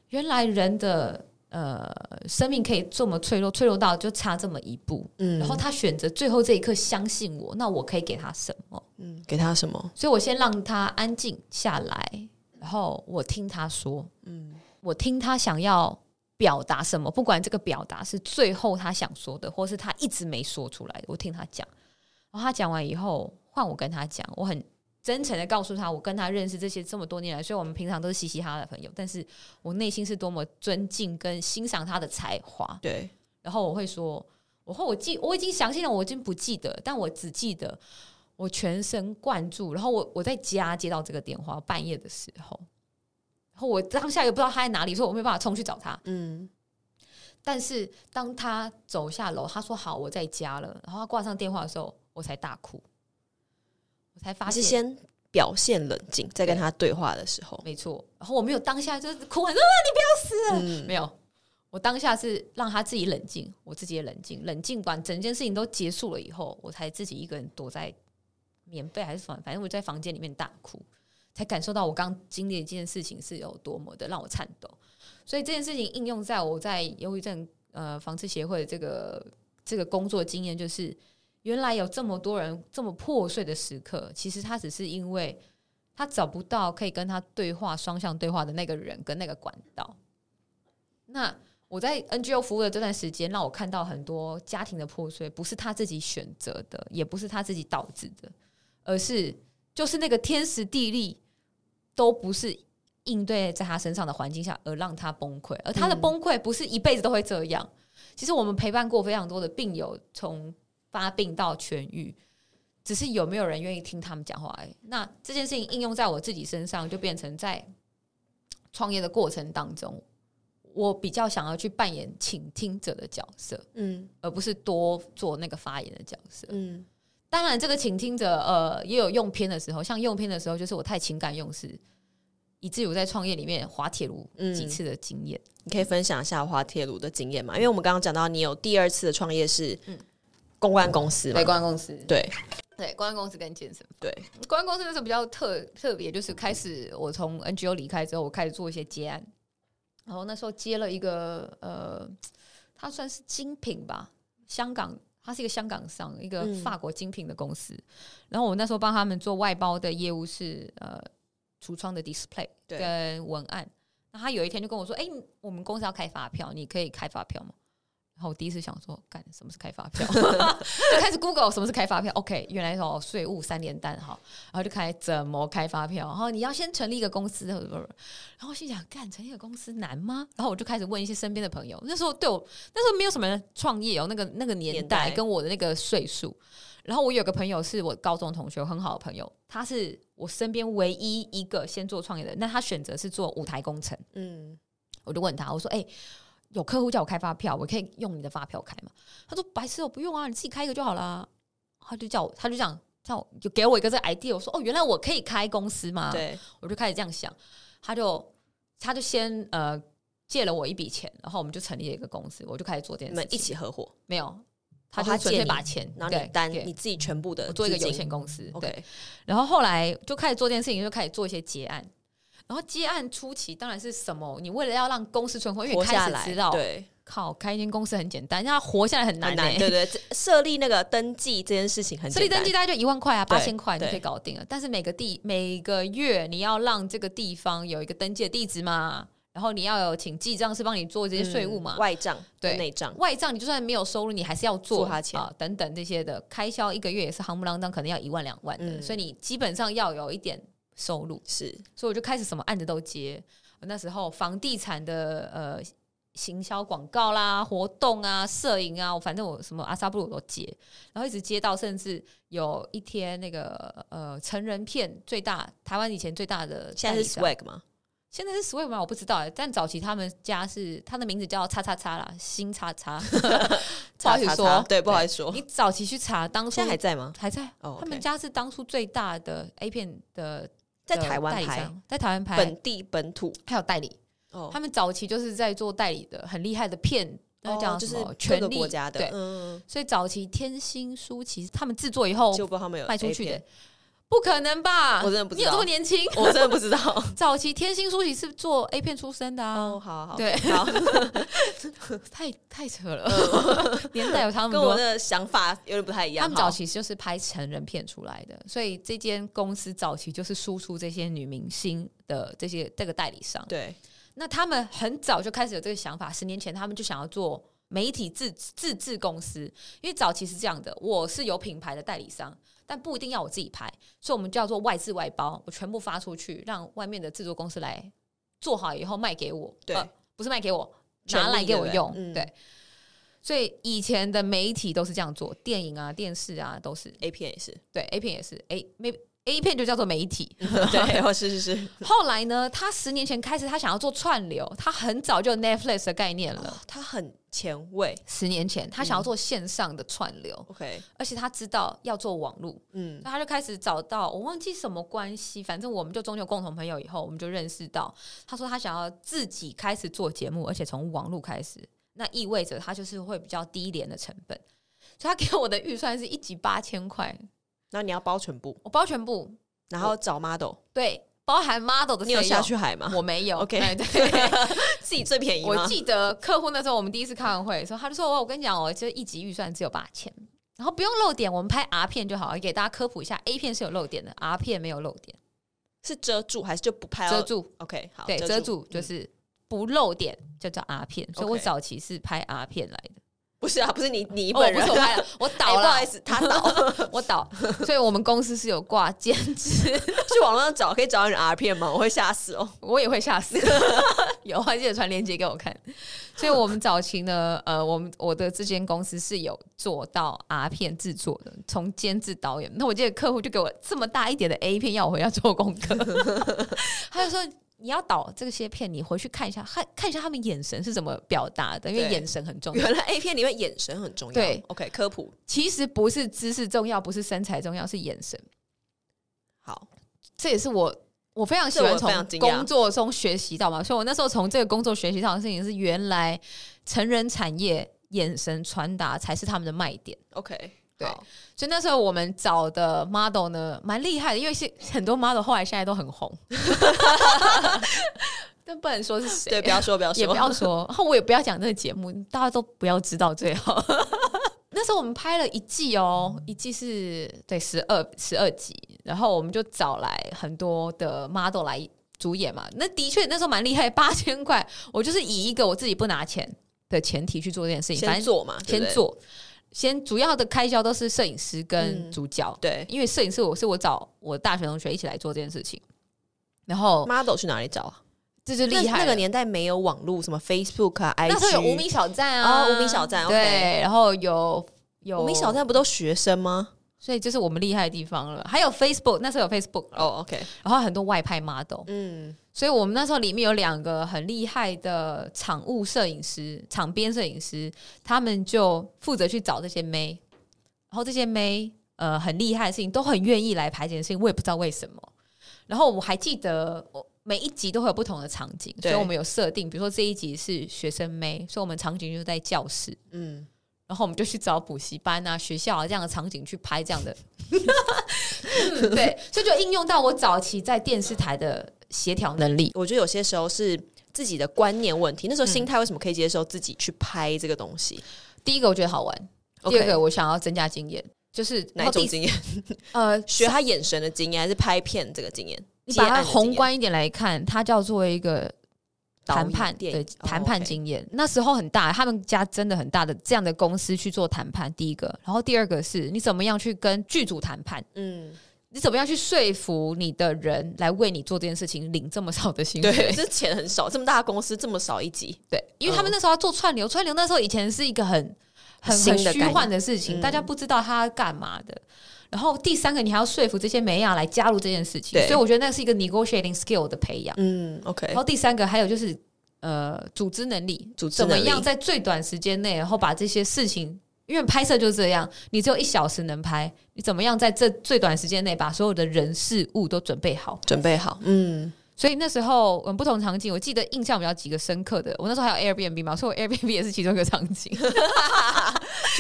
原来人的呃生命可以这么脆弱，脆弱到就差这么一步。
嗯，
然后他选择最后这一刻相信我，那我可以给他什么？
嗯，给他什么？
所以我先让他安静下来，然后我听他说，
嗯，
我听他想要表达什么，不管这个表达是最后他想说的，或是他一直没说出来的，我听他讲。然后他讲完以后，换我跟他讲，我很真诚的告诉他，我跟他认识这些这么多年来，虽然我们平常都是嘻嘻哈哈的朋友，但是我内心是多么尊敬跟欣赏他的才华。
对，
然后我会说，我后我记我已经详细的我已经不记得，但我只记得我全神贯注。然后我我在家接到这个电话，半夜的时候，然后我当下也不知道他在哪里，所以我没办法冲去找他。
嗯，
但是当他走下楼，他说好我在家了，然后他挂上电话的时候，我才大哭，我才发
你是
现
先表现冷静，在跟他对话的时候，
没错。然后我没有当下就是哭喊说啊，你不要死，
嗯，
没有。我当下是让他自己冷静，我自己也冷静，冷静完整件事情都结束了以后，我才自己一个人躲在棉被还是反反正我在房间里面大哭，才感受到我刚经历的这件事情是有多么的让我颤抖。所以这件事情应用在我在忧郁症呃防治协会的这个这个工作经验，就是原来有这么多人这么破碎的时刻，其实他只是因为他找不到可以跟他对话双向对话的那个人跟那个管道。那我在 NGO 服务的这段时间，让我看到很多家庭的破碎，不是他自己选择的，也不是他自己导致的，而是就是那个天时地利都不是应对在他身上的环境下而让他崩溃，而他的
嗯
崩溃不是一辈子都会这样。其实我们陪伴过非常多的病友，从发病到痊愈，只是有没有人愿意听他们讲话而已。那这件事情应用在我自己身上，就变成在创业的过程当中，我比较想要去扮演倾听者的角色，
嗯
而不是多做那个发言的角色。
嗯
当然，这个倾听者呃也有用偏的时候，像用偏的时候，就是我太情感用事，以至于我在创业里面滑铁卢几
嗯，
次的经验。
你可以分享一下滑铁卢的经验嘛？因为我们刚刚讲到，你有第二次的创业是
嗯
公关公司嘛？
关公司，
对
对公关公司跟健身房，
对，
公关公司那时候比较特特别，就是开始我从 NGO 离开之后，我开始做一些接案，然后那时候接了一个呃，它算是精品吧，香港。它是一个香港商，一个
嗯
法国精品的公司。然后我那时候帮他们做外包的业务是呃橱窗的 display
对
跟文案。那他有一天就跟我说：“哎、我们公司要开发票，你可以开发票吗？”然后我第一次想说，干什么是开发票？ 就开始 Google 什么是开发票。OK，原来哦，税务三连单哈，然后就开始怎么开发票。然后你要先成立一个公司，然后心想，干成立一个公司难吗？然后我就开始问一些身边的朋友。那时候对我那时候没有什么人创业哦，那个那个年
年
代
代
跟我的那个岁数。然后我有个朋友是我高中同学，很好的朋友，他是我身边唯一一个先做创业的人。那他选择是做舞台工程。
嗯
我就问他，我说：“哎、有客户叫我开发票，我可以用你的发票开吗？”他说：“白痴，我不用啊，你自己开一个就好啦。”他就叫我，他就这样叫我，就给我一个这个 idea。我说：“哦，原来我可以开公司吗？”，
对，
我就开始这样想。他就他就先呃借了我一笔钱，然后我们就成立了一个公司，我就开始做这件
你
事
们
情。
一起合伙，
没有？他就
他
纯
借
粹
你
把钱，
然后你
对
单
对
你自己全部的
我做一个
资
有
金
限公司。对，
，OK，
然后后来就开始做这件事情，就开始做一些结案。然后接案初期当然是什么？你为了要让公司存活，因为
活
你开
下
始
来
知道，
对，
靠，开一间公司很简单，要活下来很难、
很
欸。
难，对对，这设立那个登记这件事情很
设立
简单
登记，大概就一万块啊，
对
八千块你
对
可以搞定了。但是每个地每个月你要让这个地方有一个登记的地址嘛，然后你要有请记账师帮你做这些税务嘛，
嗯外账
对
对内账，
外账你就算没有收入，你还是要做
付他钱
啊，等等这些的开销，一个月也是夯不啷当，可能要一万两万的，
嗯
所以你基本上要有一点收入。
是
所以我就开始什么案子都接。那时候房地产的呃行销广告啦、活动啊、摄影啊，我反正我什么阿萨布鲁我都接，然后一直接到甚至有一天那个呃成人片最大台湾以前最大的
现
代
在是
理商
swag 吗？
现在是 Sway 吗？我不知道哎、但早期他们家是他的名字叫叉叉叉啦，新叉 叉，不好意思
叉叉
说
叉，对，不好意思说，
你早期去查，当初
现在还在吗？
还在。
哦，
他们
OK
家是当初最大的 A 片的
在
的
台湾
代理
拍
商，在台湾拍
本地本土
还有代理，
哦
他们早期就是在做代理的，很厉害的片，那
哦
叫
就
什
是
么
各个
权利
国家的，
对，
嗯，
所以早期天星舒淇他们制作以后
就不知道他们有
哦卖出
A
去
片
的，，不可能吧？
我真的不知
你
道
有这么年轻？
我真的不 知道。
早期天星舒淇是做 A 片出身的啊，
哦，好好
对，
好，
太太扯了， 年代有他们
跟我
多。
的想法有点不太一样。
他们早
好
期就是拍成人片出来的，所以这间公司早期就是输出这些女明星的这些这个代理商。
对，
那他们很早就开始有这个想法，十年前他们就想要做媒体自自制公司，因为早期是这样的，我是有品牌的代理商，但不一定要我自己拍，所以我们叫做外制外包，我全部发出去，让外面的制作公司来做好以后卖给我，
对
呃不是卖给我，
权利
拿来给我
对不对
用，
嗯
对。所以以前的媒体都是这样做，电影啊、电视啊都是。
A 片也是，
对，A 片也是，A maybe A 片就叫做媒体。
对，我是是是，
后来呢，他十年前开始，他想要做串流，他很早就有 Netflix 的概念了。
他很前卫。
十年前，他想要做线上的串流，
OK，
而且他知道要做网络，
嗯
那他就开始找到我忘记什么关系，反正我们就中间有共同朋友以后，我们就认识到，他说他想要自己开始做节目，而且从网络开始，那意味着他就是会比较低廉的成本，所以他给我的预算是一集八千块，
然后你要包全部，
我包全部，
然后找 model，
对，包含 model 的
你有
费用
下？去海吗？
我没有
OK
对对。
自己最便宜
我
吗？
记得客户那时候我们第一次开完会的时候，他就说：“哦，我跟你讲哦，就一集预算只有八千，然后不用漏点，我们拍 R 片就好了。给大家科普一下，A 片是有漏点的，R 片没有漏点，
是遮住还是就不拍到？
遮住，
OK，好，
对，遮住就
嗯
是不漏点，就叫 R 片。所以我
OK
早期是拍 R 片来的，
不是啊，不是你你
哦，
本
不
人
是我拍了，我
哎
倒
不好
了
意，思，他倒
我倒，所以我们公司是有挂兼职，
去网络上找，可以找到你的 R 片吗？我会吓死哦。
我也会吓死。 有啊，记得传链接给我看。所以我们早期呢，呃，我们我的这间公司是有做到 R 片制作的，从监制导演。那我记得客户就给我这么大一点的 A 片，要我回家做功课， 他就说。你要导这些片，你回去看一下，看看一下他们眼神是怎么表达的，因为
对
眼神很重要。
原来 A 片里面眼神很重要。
对
，OK，科普
其实不是姿势重要，不是身材重要，是眼神。
好，
这也是我我非常喜欢
这我非常
从
惊讶
工作中学习到嘛，所以我那时候从这个工作学习到的事情是，原来成人产业眼神传达才是他们的卖点。
OK，
对
好
所以那时候我们找的 model 呢，蛮厉害的，因为是很多 model 后来现在都很红， 但不能说是谁，
对，不要说，不要
也不
说，
要说，然后我也不要讲这个节目，大家都不要知道最好。 那时候我们拍了一季哦，一季是对十二十二集，然后我们就找来很多的 model 来主演嘛。那的确那时候蛮厉害，八千块，我就是以一个我自己不拿钱的前提去做这件事情，反
先
正
做嘛，对不
先
对。
做，先主要的开销都是摄影师跟
嗯
主角，
对
因为摄影师我是我找我大学同学一起来做这件事情，然后
，model 去哪里找啊？
这就厉害
那那
了
个年代没有网络，什么 Facebook 啊，IG，
那时候有无名小站啊，
哦无名小站
对
OK，
然后有有
无名小，站不都学生吗？
所以这是我们厉害的地方了。还有 Facebook，那时候有 Facebook，
哦，OK，
然后很多外派 model，
嗯，
所以我们那时候里面有两个很厉害的场务摄影师、场边摄影师，他们就负责去找这些妹，然后这些妹呃很厉害的事情都很愿意来排这件事情，我也不知道为什么。然后我还记得我。每一集都会有不同的场景，所
对
以我们有设定，比如说这一集是学生妹，所以我们场景就是在教室，
嗯，
然后我们就去找补习班啊、学校啊这样的场景去拍这样的，嗯， 对，所以就应用到我早期在电视台的协调能力。
我觉得有些时候是自己的观念问题，那时候心态为什么可以接受自己去拍这个东西？
第一个我觉得好玩，第
OK
二个我想要增加经验，就是然
哪一种
后第
经验？
呃，
学他眼神的经验，还是拍片这个经验？
你把
接
它
案的经验
宏观一点来看，它叫做一个
导演
谈判，
电
对
影
谈判
哦，OK
经验。那时候很大，他们家真的很大的这样的公司去做谈判。第一个，然后第二个是你怎么样去跟剧组谈判。
嗯，
你怎么样去说服你的人来为你做这件事情，领这么少的薪水？
对，这钱很少，这么大的公司这么少一集，
对，因为他们
嗯
那时候要做串流，串流那时候以前是一个很很
新
很
的概
虚
念
幻的事情，
嗯
大家不知道他干嘛的。然后第三个，你还要说服这些美亚来加入这件事情，
对
所以我觉得那是一个 negotiating skill 的培养。
嗯，OK，
然后第三个还有就是呃，组织能力，
组织
怎么
能力
样在最短时间内，然后把这些事情。因为拍摄就是这样，你只有一小时能拍，你怎么样在这最短时间内把所有的人事物都准备好？
准备好，嗯，
所以那时候嗯，不同场景，我记得印象比较几个深刻的。我那时候还有 Airbnb 嘛，所以我 Airbnb 也是其中一个场 景。
请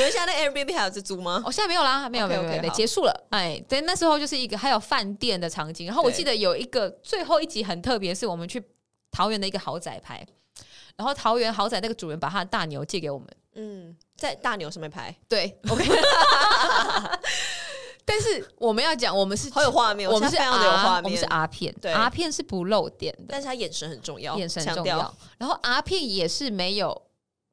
问现在那 Airbnb 还有在租吗？
哦，现在没有啦，没有
OK，
没有没有
OK，
对，
好
结束了。哎，对，那时候就是一个还有饭店的场景。然后我记得有一个最后一集很特别，是我们去桃园的一个豪宅拍，然后桃园豪宅那个主人把他的大牛借给我们。
嗯，在大牛上面拍，
对，OK。但是我们要讲，我们是
好有画面，
我们是
现在非常的有
R-
画
我们
面
是，R 片
对
，R 片是不露点的。
啊但是他眼神很重要，
眼神
强
重
调
要。然后 R 片也是没有，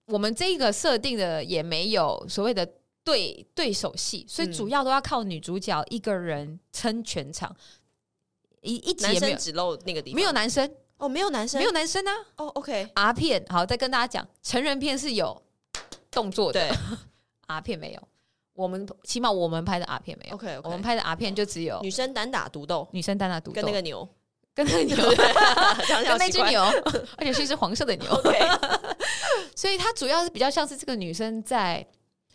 我们这个设定的也没有所谓的对对手戏，所以
嗯
主要都要靠女主角一个人撑全场，一一集
男
也没
生
有
只露那个地方，
没有男生，
哦，没有男生，
没有男生啊
哦，OK，
！R 片好，再跟大家讲，成人片是有动作的
对，
，R 片没有。我们起码我们拍的 R 片没有
OK
我们
OK，
拍的 R 片就只有
女生单打独斗，
女生单打独斗，
跟那 个牛，
跟那个 牛，
讲
跟
讲
那
奇
只
怪。
牛， 而且是一只黄色的牛，
OK，
所以它主要是比较像是这个女生在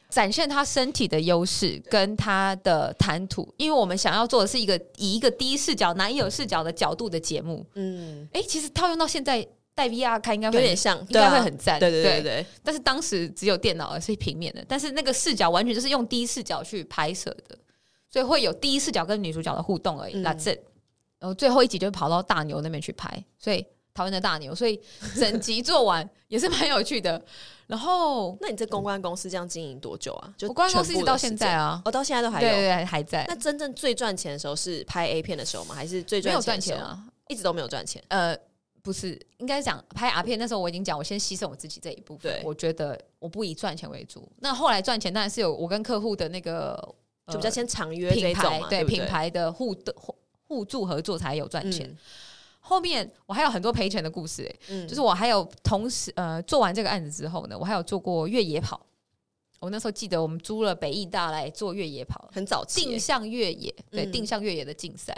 展现她身体的优势跟她的谈吐，因为我们想要做的是一个以一个第一视角男友视角的角度的节目。
嗯，
哎、其实套用到现在带 VR 看应该
有
会
点像，
应
对
该
啊
会很赞，
对对对对，
但是当时只有电脑是平面的，但是那个视角完全就是用第一视角去拍摄的，所以会有第一视角跟女主角的互动而已。
嗯
那这、然后最后一集就跑到大牛那边去拍，所以讨厌的大牛，所以整集做完也是蛮有趣的。然后
那你这公关公司这样经营多久啊？就
我关公司一直
全部的
到
时
现
间
在，啊，
哦，到现在都还
对
有
对。对，还在
那，真正最赚钱的时候是拍 A 片的时候吗？还是最
没有赚
赚的时
钱
候？
啊，
一直都没有赚钱。
呃。不是，应该讲拍 R 片那时候，我已经讲，我先牺牲我自己这一部分
对。
我觉得我不以赚钱为主。那后来赚钱当然是有我跟客户的那个，呃
就比较先长约这
品
一
牌
种嘛，
对
对不对
品牌的互的互互助合作才有赚钱。
嗯
后面我还有很多赔钱的故事、欸，
嗯
就是我还有同时呃做完这个案子之后呢，我还有做过越野跑。我那时候记得我们租了北艺大来做越野跑，
嗯很早期
定
耶，
向越野，对、
嗯
定向越野的竞赛。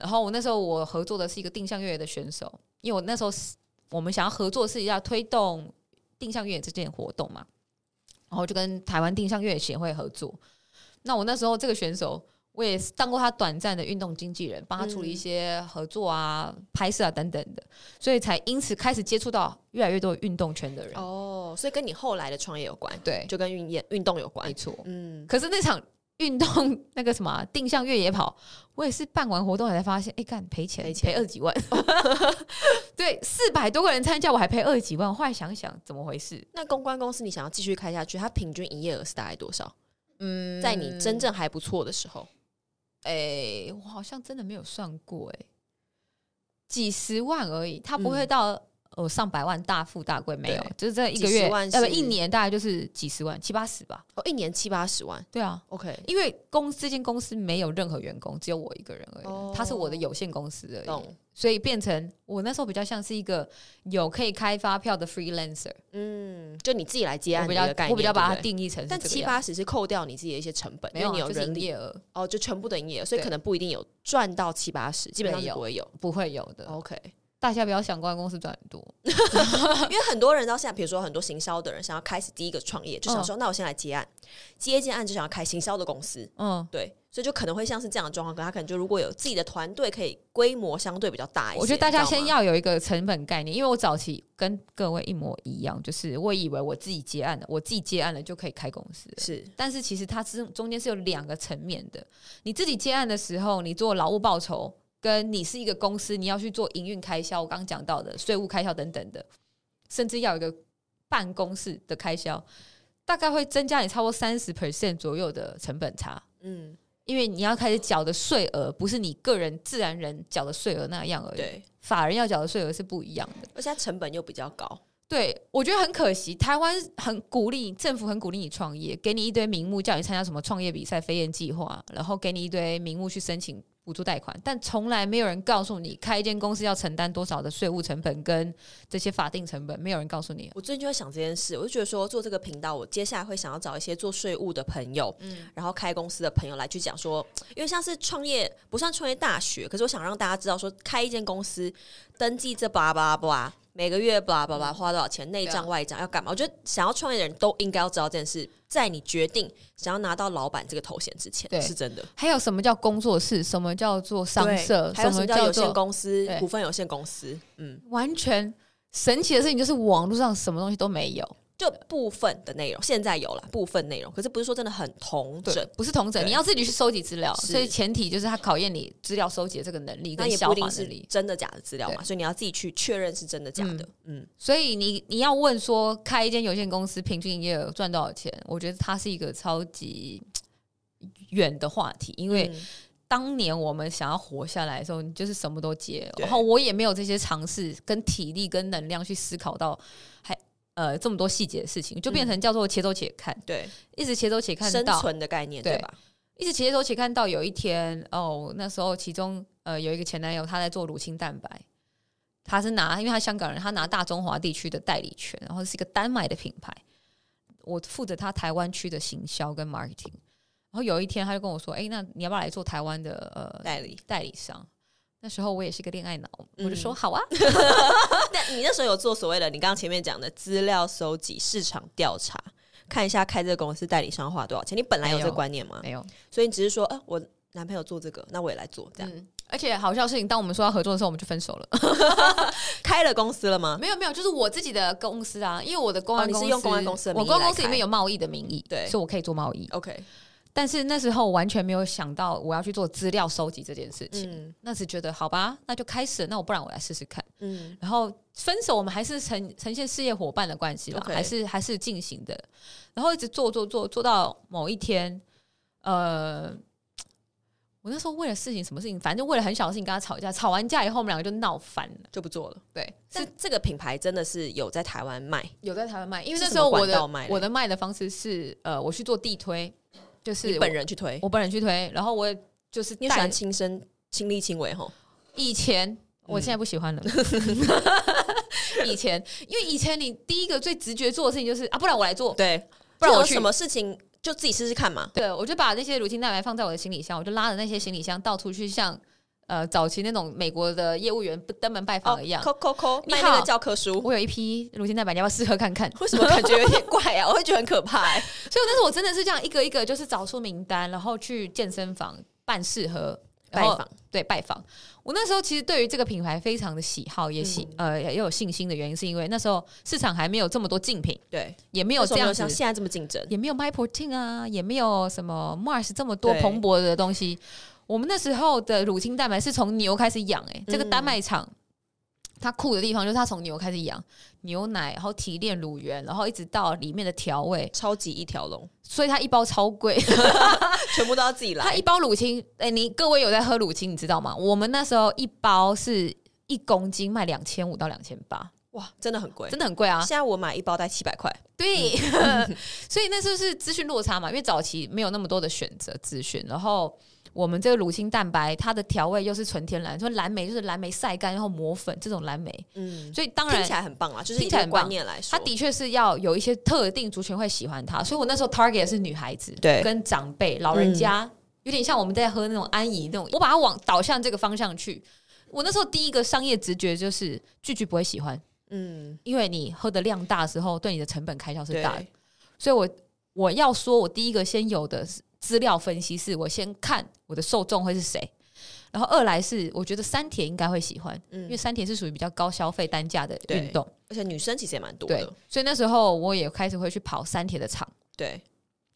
然后我那时候我合作的是一个定向越野的选手，因为我那时候是我们想要合作是要推动定向越野这件活动嘛，然后就跟台湾定向越野协会合作。那我那时候这个选手，我也是当过他短暂的运动经纪人，帮他处理一些合作啊、拍摄啊等等的，所以才因此开始接触到越来越多运动圈的人。
哦，所以跟你后来的创业有关，
对，
就跟运业运动有关
没。错。
嗯，
可是那场运动那个什么啊定向越野跑，我也是办完活动才发现，哎、干赔钱，
赔钱
二十几万。 对，四百多个人参加，我还赔二十几万。后来想想，怎么回事？
那公关公司你想要继续开下去，它平均营业额是大概多少？
嗯
在你真正还不错的时候，
哎、我好像真的没有算过、哎，几十万而已，他不会
嗯
到、哦上百万大富大贵没有
对，
就是这一个
几十
月
万
呃不
是
一年大概就是几十万七八十吧。
哦，一年七八十万。
对啊，
OK，
因为公司这间公司没有任何员工，只有我一个人而已，
哦
他是我的有限公司而已。
懂。
所以变成我那时候比较像是一个有可以开发票的 freelancer，
嗯，就你自己来接案
我比
的一
较
个概念，
我比较把它
对不对
定义成是
但
这个
七
样子
八十是扣掉你自己的一些成本，
没
因
有
为
啊
你有
就是
人
营
力
业额
哦，就全部的营业额，所以
对
可能不一定有赚到七八十，基本上
没
是
有
不会有。
不会有的。
OK，
大家不要想公关公司赚很多，
因为很多人到现在，比如说很多行销的人想要开始第一个创业，
嗯
就想说，那我先来接案，接一件案就想要开行销的公司，
嗯，
对，所以就可能会像是这样的状况。可他可能就如果有自己的团队，可以规模相对比较大一些。
我觉得大家
你知道
先
吗
要有一个成本概念，因为我早期跟各位一模一样，就是我以为我自己接案了，我自己接案了就可以开公司了。
是
但是其实它是中间是有两个层面的。你自己接案的时候，你做劳务报酬，跟你是一个公司，你要去做营运开销，我刚刚讲到的税务开销等等的，甚至要有一个办公室的开销，大概会增加你超过三十 percent 左右的成本差。
嗯，
因为你要开始缴的税额，不是你个人自然人缴的税额那样而已，
对，
法人要缴的税额是不一样的。
而且它成本又比较高，
对，我觉得很可惜，台湾很鼓励政府很鼓励你创业，给你一堆名目，叫你参加什么创业比赛、飞燕计划，然后给你一堆名目去申请补助贷款，但从来没有人告诉你开一间公司要承担多少的税务成本跟这些法定成本，没有人告诉你。
我最近就在想这件事，我就觉得说做这个频道，我接下来会想要找一些做税务的朋友，嗯，然后开公司的朋友来去讲说，因为像是创业不算创业大学，可是我想让大家知道说，开一间公司登记这巴拉巴拉巴拉，每个月巴拉巴拉花多少钱，内
嗯
账
对啊
外账要干嘛？我觉得想要创业的人都应该要知道这件事，在你决定想要拿到老板这个头衔之前，
对
是真的。
还有什么叫工作室？什么叫做商社？
还有什么
么
叫有限
做
公司、
对
股份有限公司？嗯，
完全神奇的事情就是网络上什么东西都没有。
就部分的内容，现在有了部分内容，可是不是说真的很同整
对。，不是同整，
对
你要自己去收集资料，
是
所以前提就是它考验你资料收集的这个能力
那
跟
也
消
不
化
一定是
能力。
真的假的资料嘛，所以你要自己去确认是真的假的。嗯，
所以你你要问说开一间有限公司平均营业额赚多少钱？我觉得它是一个超级嘖远的话题，因为
嗯
当年我们想要活下来的时候，你就是什么都接，
对
然后我也没有这些尝试、跟体力、跟能量去思考到还呃这么多细节的事情，就变成叫做且走且看，
对，
一直且走且看
嗯生
到
存的概念
对
对吧？
一直且走且看到有一天，哦，那时候其中呃有一个前男友，他在做乳清蛋白，他是拿，因为他香港人，他拿大中华地区的代理权，然后是一个丹麦的品牌。我负责他台湾区的行销跟 marketing。然后有一天他就跟我说：“哎、那你要不要来做台湾的呃
代理。
代理商？”那时候我也是个恋爱脑，
嗯
我就说：“好啊。
但你那时候有做所谓的你刚刚前面讲的资料搜集、市场调查，看一下开这个公司代理商花多少钱？你本来有这个观念吗？
没有，
所以你只是说，啊，我男朋友做这个，那我也来做，这样、
嗯。而且好笑的事情，当我们说要合作的时候，我们就分手了。
开了公司了吗？
没有没有，就是我自己的公司啊，因为我的公安
哦
公
你
司，
是用公安公司的名
我
义
公安
来
公司里
开
面有贸易的名义，
对
所以我可以做贸易。
OK，
但是那时候我完全没有想到我要去做资料收集这件事情，
嗯
那只觉得好吧，那就开始，那我不然我来试试看。
嗯，
然后分手，我们还是呈呈现事业伙伴的关系啦
OK
还是还是进行的。然后一直做做做做到某一天，呃，我那时候为了事情什么事情，反正就为了很小的事情跟他吵架，吵完架以后我们两个就闹翻了。
就不做了。
对，是
但这个品牌真的是有在台湾卖，
有在台湾卖，因为
是
那
什
时候
么
我
管道
的
卖嘞
我的卖的方式是呃，我去做地推，就是
你
我
本人去推，
我本人去推，然后我也就是
你
带
喜欢嗯亲身亲力亲为吼？
以前。我现在不喜欢 了。以前，因为以前你第一个最直觉做的事情就是啊，不然我来做，
对，
不然我
有
去
什么事情就自己试试看嘛。
对，我就把那些乳清蛋白放在我的行李箱，我就拉着那些行李箱到处去像呃早期那种美国的业务员登门拜呃访一样。
哦扣扣扣，
你
卖
好
那个教科书，
我有一批乳清蛋白，你要不要试喝看看？
为什么感觉有点怪啊？我 会觉得很可怕、欸。
所以那时候我真的是这样一个一个就是找出名单，然后去健身房办试喝，然
拜
后
访，
对 拜访。我那时候其实对于这个品牌非常的喜好，也喜、
嗯
呃也有信心的原因，是因为那时候市场还没有这么多竞品，
对，
也没
没
有这
没有
样
像
子
现在这么竞争。
也没有 My Protein 啊，也没有什么 Mars 这么多
对
蓬勃的东西。我们那时候的乳清蛋白是从牛开始养，哎，这个
嗯
丹麦厂。它酷的地方就是它从牛开始养牛奶，然后提炼乳源，然后一直到里面的调味，
超级一条龙，
所以它一包超贵。
全部都要自己
它
来。
一包乳清，哎、你各位有在喝乳清，你知道吗？我们那时候一包是一公斤卖两千五到两千八，
哇，真的很贵。
真的很贵啊
现。在我买一包大概七百块，
对， 所以那时候是资讯落差嘛，因为早期没有那么多的选择资讯，然后我们这个乳清蛋白它的调味又是纯天然，说蓝莓就是蓝莓晒干然后磨粉这种蓝莓，
嗯，
所以当
听
然
起来很棒啦，就是以
听起来
这个
很棒
观念来说，
它的确是要有一些特定族群会喜欢它，所以我那时候 target 是女孩子，
对嗯
跟长辈、老人家，有点像我们在喝那种安怡那种，我把它往导向这个方向去。我那时候第一个商业直觉就是句句不会喜欢，
嗯，
因为你喝的量大的时候，对你的成本开销是
对
大的。所以我我要说，我第一个先有的资料分析是我先看我的受众会是谁，然后二来是我觉得三铁应该会喜欢，
嗯
因为三铁是属于比较高消费单价的运动，
而且女生其实也蛮多
对
的，，
所以那时候我也开始会去跑三铁的场
对，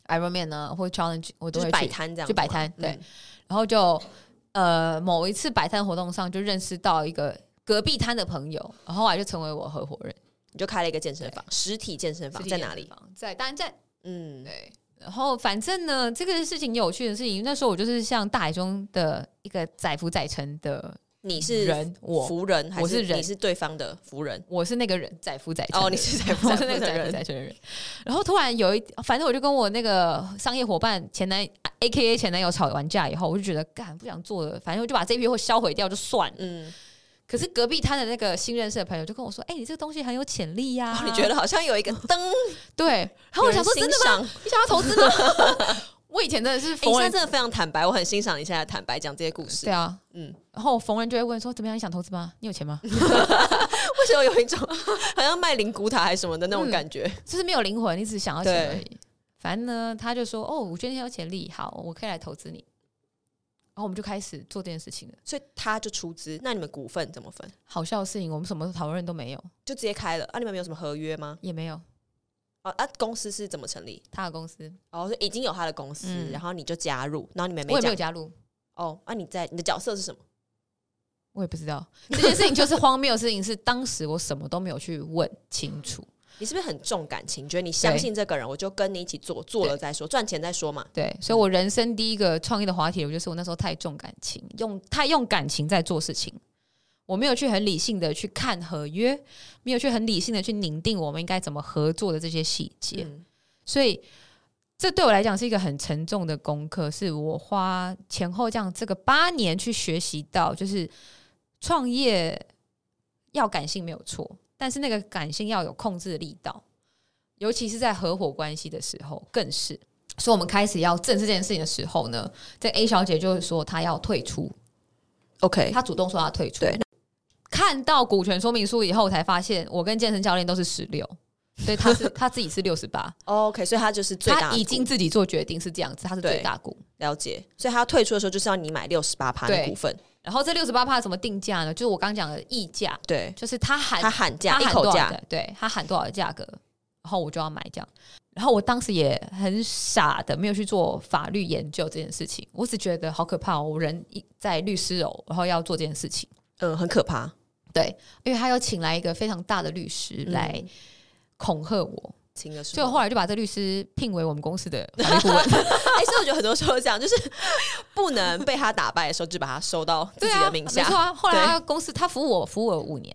，Ironman 呢或 Challenge 我都
就
会
是
去
摆摊这样子嘛，
去摆摊
嗯
对，然后就呃某一次摆摊活动上就认识到一个隔壁摊的朋友，然后后来就成为我合伙人。
你就开了一个健身房，实体健身房嗯在哪
实体健身
里？
房？在大安站。
嗯，
对，然后反正呢，这个事情有趣的事情，那时候我就是像大海中的一个载浮载沉的
你是
人，我
服人还
我是人
你是对方的服人？
我是那个人载浮载沉的
哦，
人
你是在
我是那个载浮载沉的人。然后突然有一，反正我就跟我那个商业伙伴前男 A K A 前男友吵完架以后，我就觉得干不想做了，反正我就把这批货销毁掉就算了。
嗯，
可是隔壁摊的那个新认识的朋友就跟我说：“哎、你这个东西很有潜力呀、
哦你觉得好像有一个灯，
对？啊然后我想说，真的吗？
吗？
你想要投资吗？ 我以前真的是
哎你
逢
现在
人
真的非常坦白，我很欣赏你现在的坦白讲这些故事
对。啊，
嗯，
然后逢人就会问说：“怎么样？你想投资吗？你有钱吗
为什么有一种好像卖灵骨塔还是什么的那种感觉？？”
就是没有灵魂，你只想要钱
对
而已。反正呢，他就说：“哦，我觉得你很有潜力，好，我可以来投资你。”然后我们就开始做这件事情了。
所以他就出资，那你们股份怎么分？
好笑的事情，我们什么讨论都没有，
就直接开了啊？你们没有什么合约吗？
也没有
啊啊，公司是怎么成立？
他的公司，
哦，是已经有他的公司，
嗯
然后你就加入，然后你们
我
没
也没
讲
有加入，
哦。那、你在你的角色是什么？
我也不知道这件事情就是荒谬的事情，是当时我什么都没有去问清楚。
你是不是很重感情？觉得你相信这个人，我就跟你一起做，做了再说，赚钱再说嘛。
对，所以我人生第一个创业的滑铁卢就是我那时候太重感情，用太用感情在做事情，我没有去很理性的去看合约，没有去很理性的去拟定我们应该怎么合作的这些细节，
嗯
所以这对我来讲是一个很沉重的功课，是我花前后这样这个八年去学习到，就是创业要感性没有错，但是那个感性要有控制的力道。尤其是在合伙关系的时候更是。
所以我们开始要正视这件事情的时候呢，这 A 小姐就是说她要退出，哎
OK，
她主动说她退出。
对，
看到股权说明书以后，我才发现我跟健身教练都是十六，所以他是他自己是六十八，
哦 OK，所以他就是最大
他
的
已经
股
自己做决定是这样子，他是最
对
大股。
了解，所以他退出的时候就是要你买六十八趴的
对
股份，
然后这六十八趴怎么定价呢？就是我刚讲的溢价，
对，
就是他喊
他喊价
他
一
喊
口
多少
价，
的，对他喊多少的价格，然后我就要买这样。然后我当时也很傻的，没有去做法律研究这件事情，我只觉得好可怕哦！我人一在律师楼，然后要做这件事情，
嗯，很可怕，
因为他有请来一个非常大的律师来
嗯
恐吓我，
听的时
所以我
候，
后来就把这律师聘为我们公司的法律顾问。
哎，所以我觉得很多时候这样，就是 不能被他打败的时候，就把他收到自
对
己
啊，
的名下
没错，啊。后来
对
他公司他服务我服务我五年，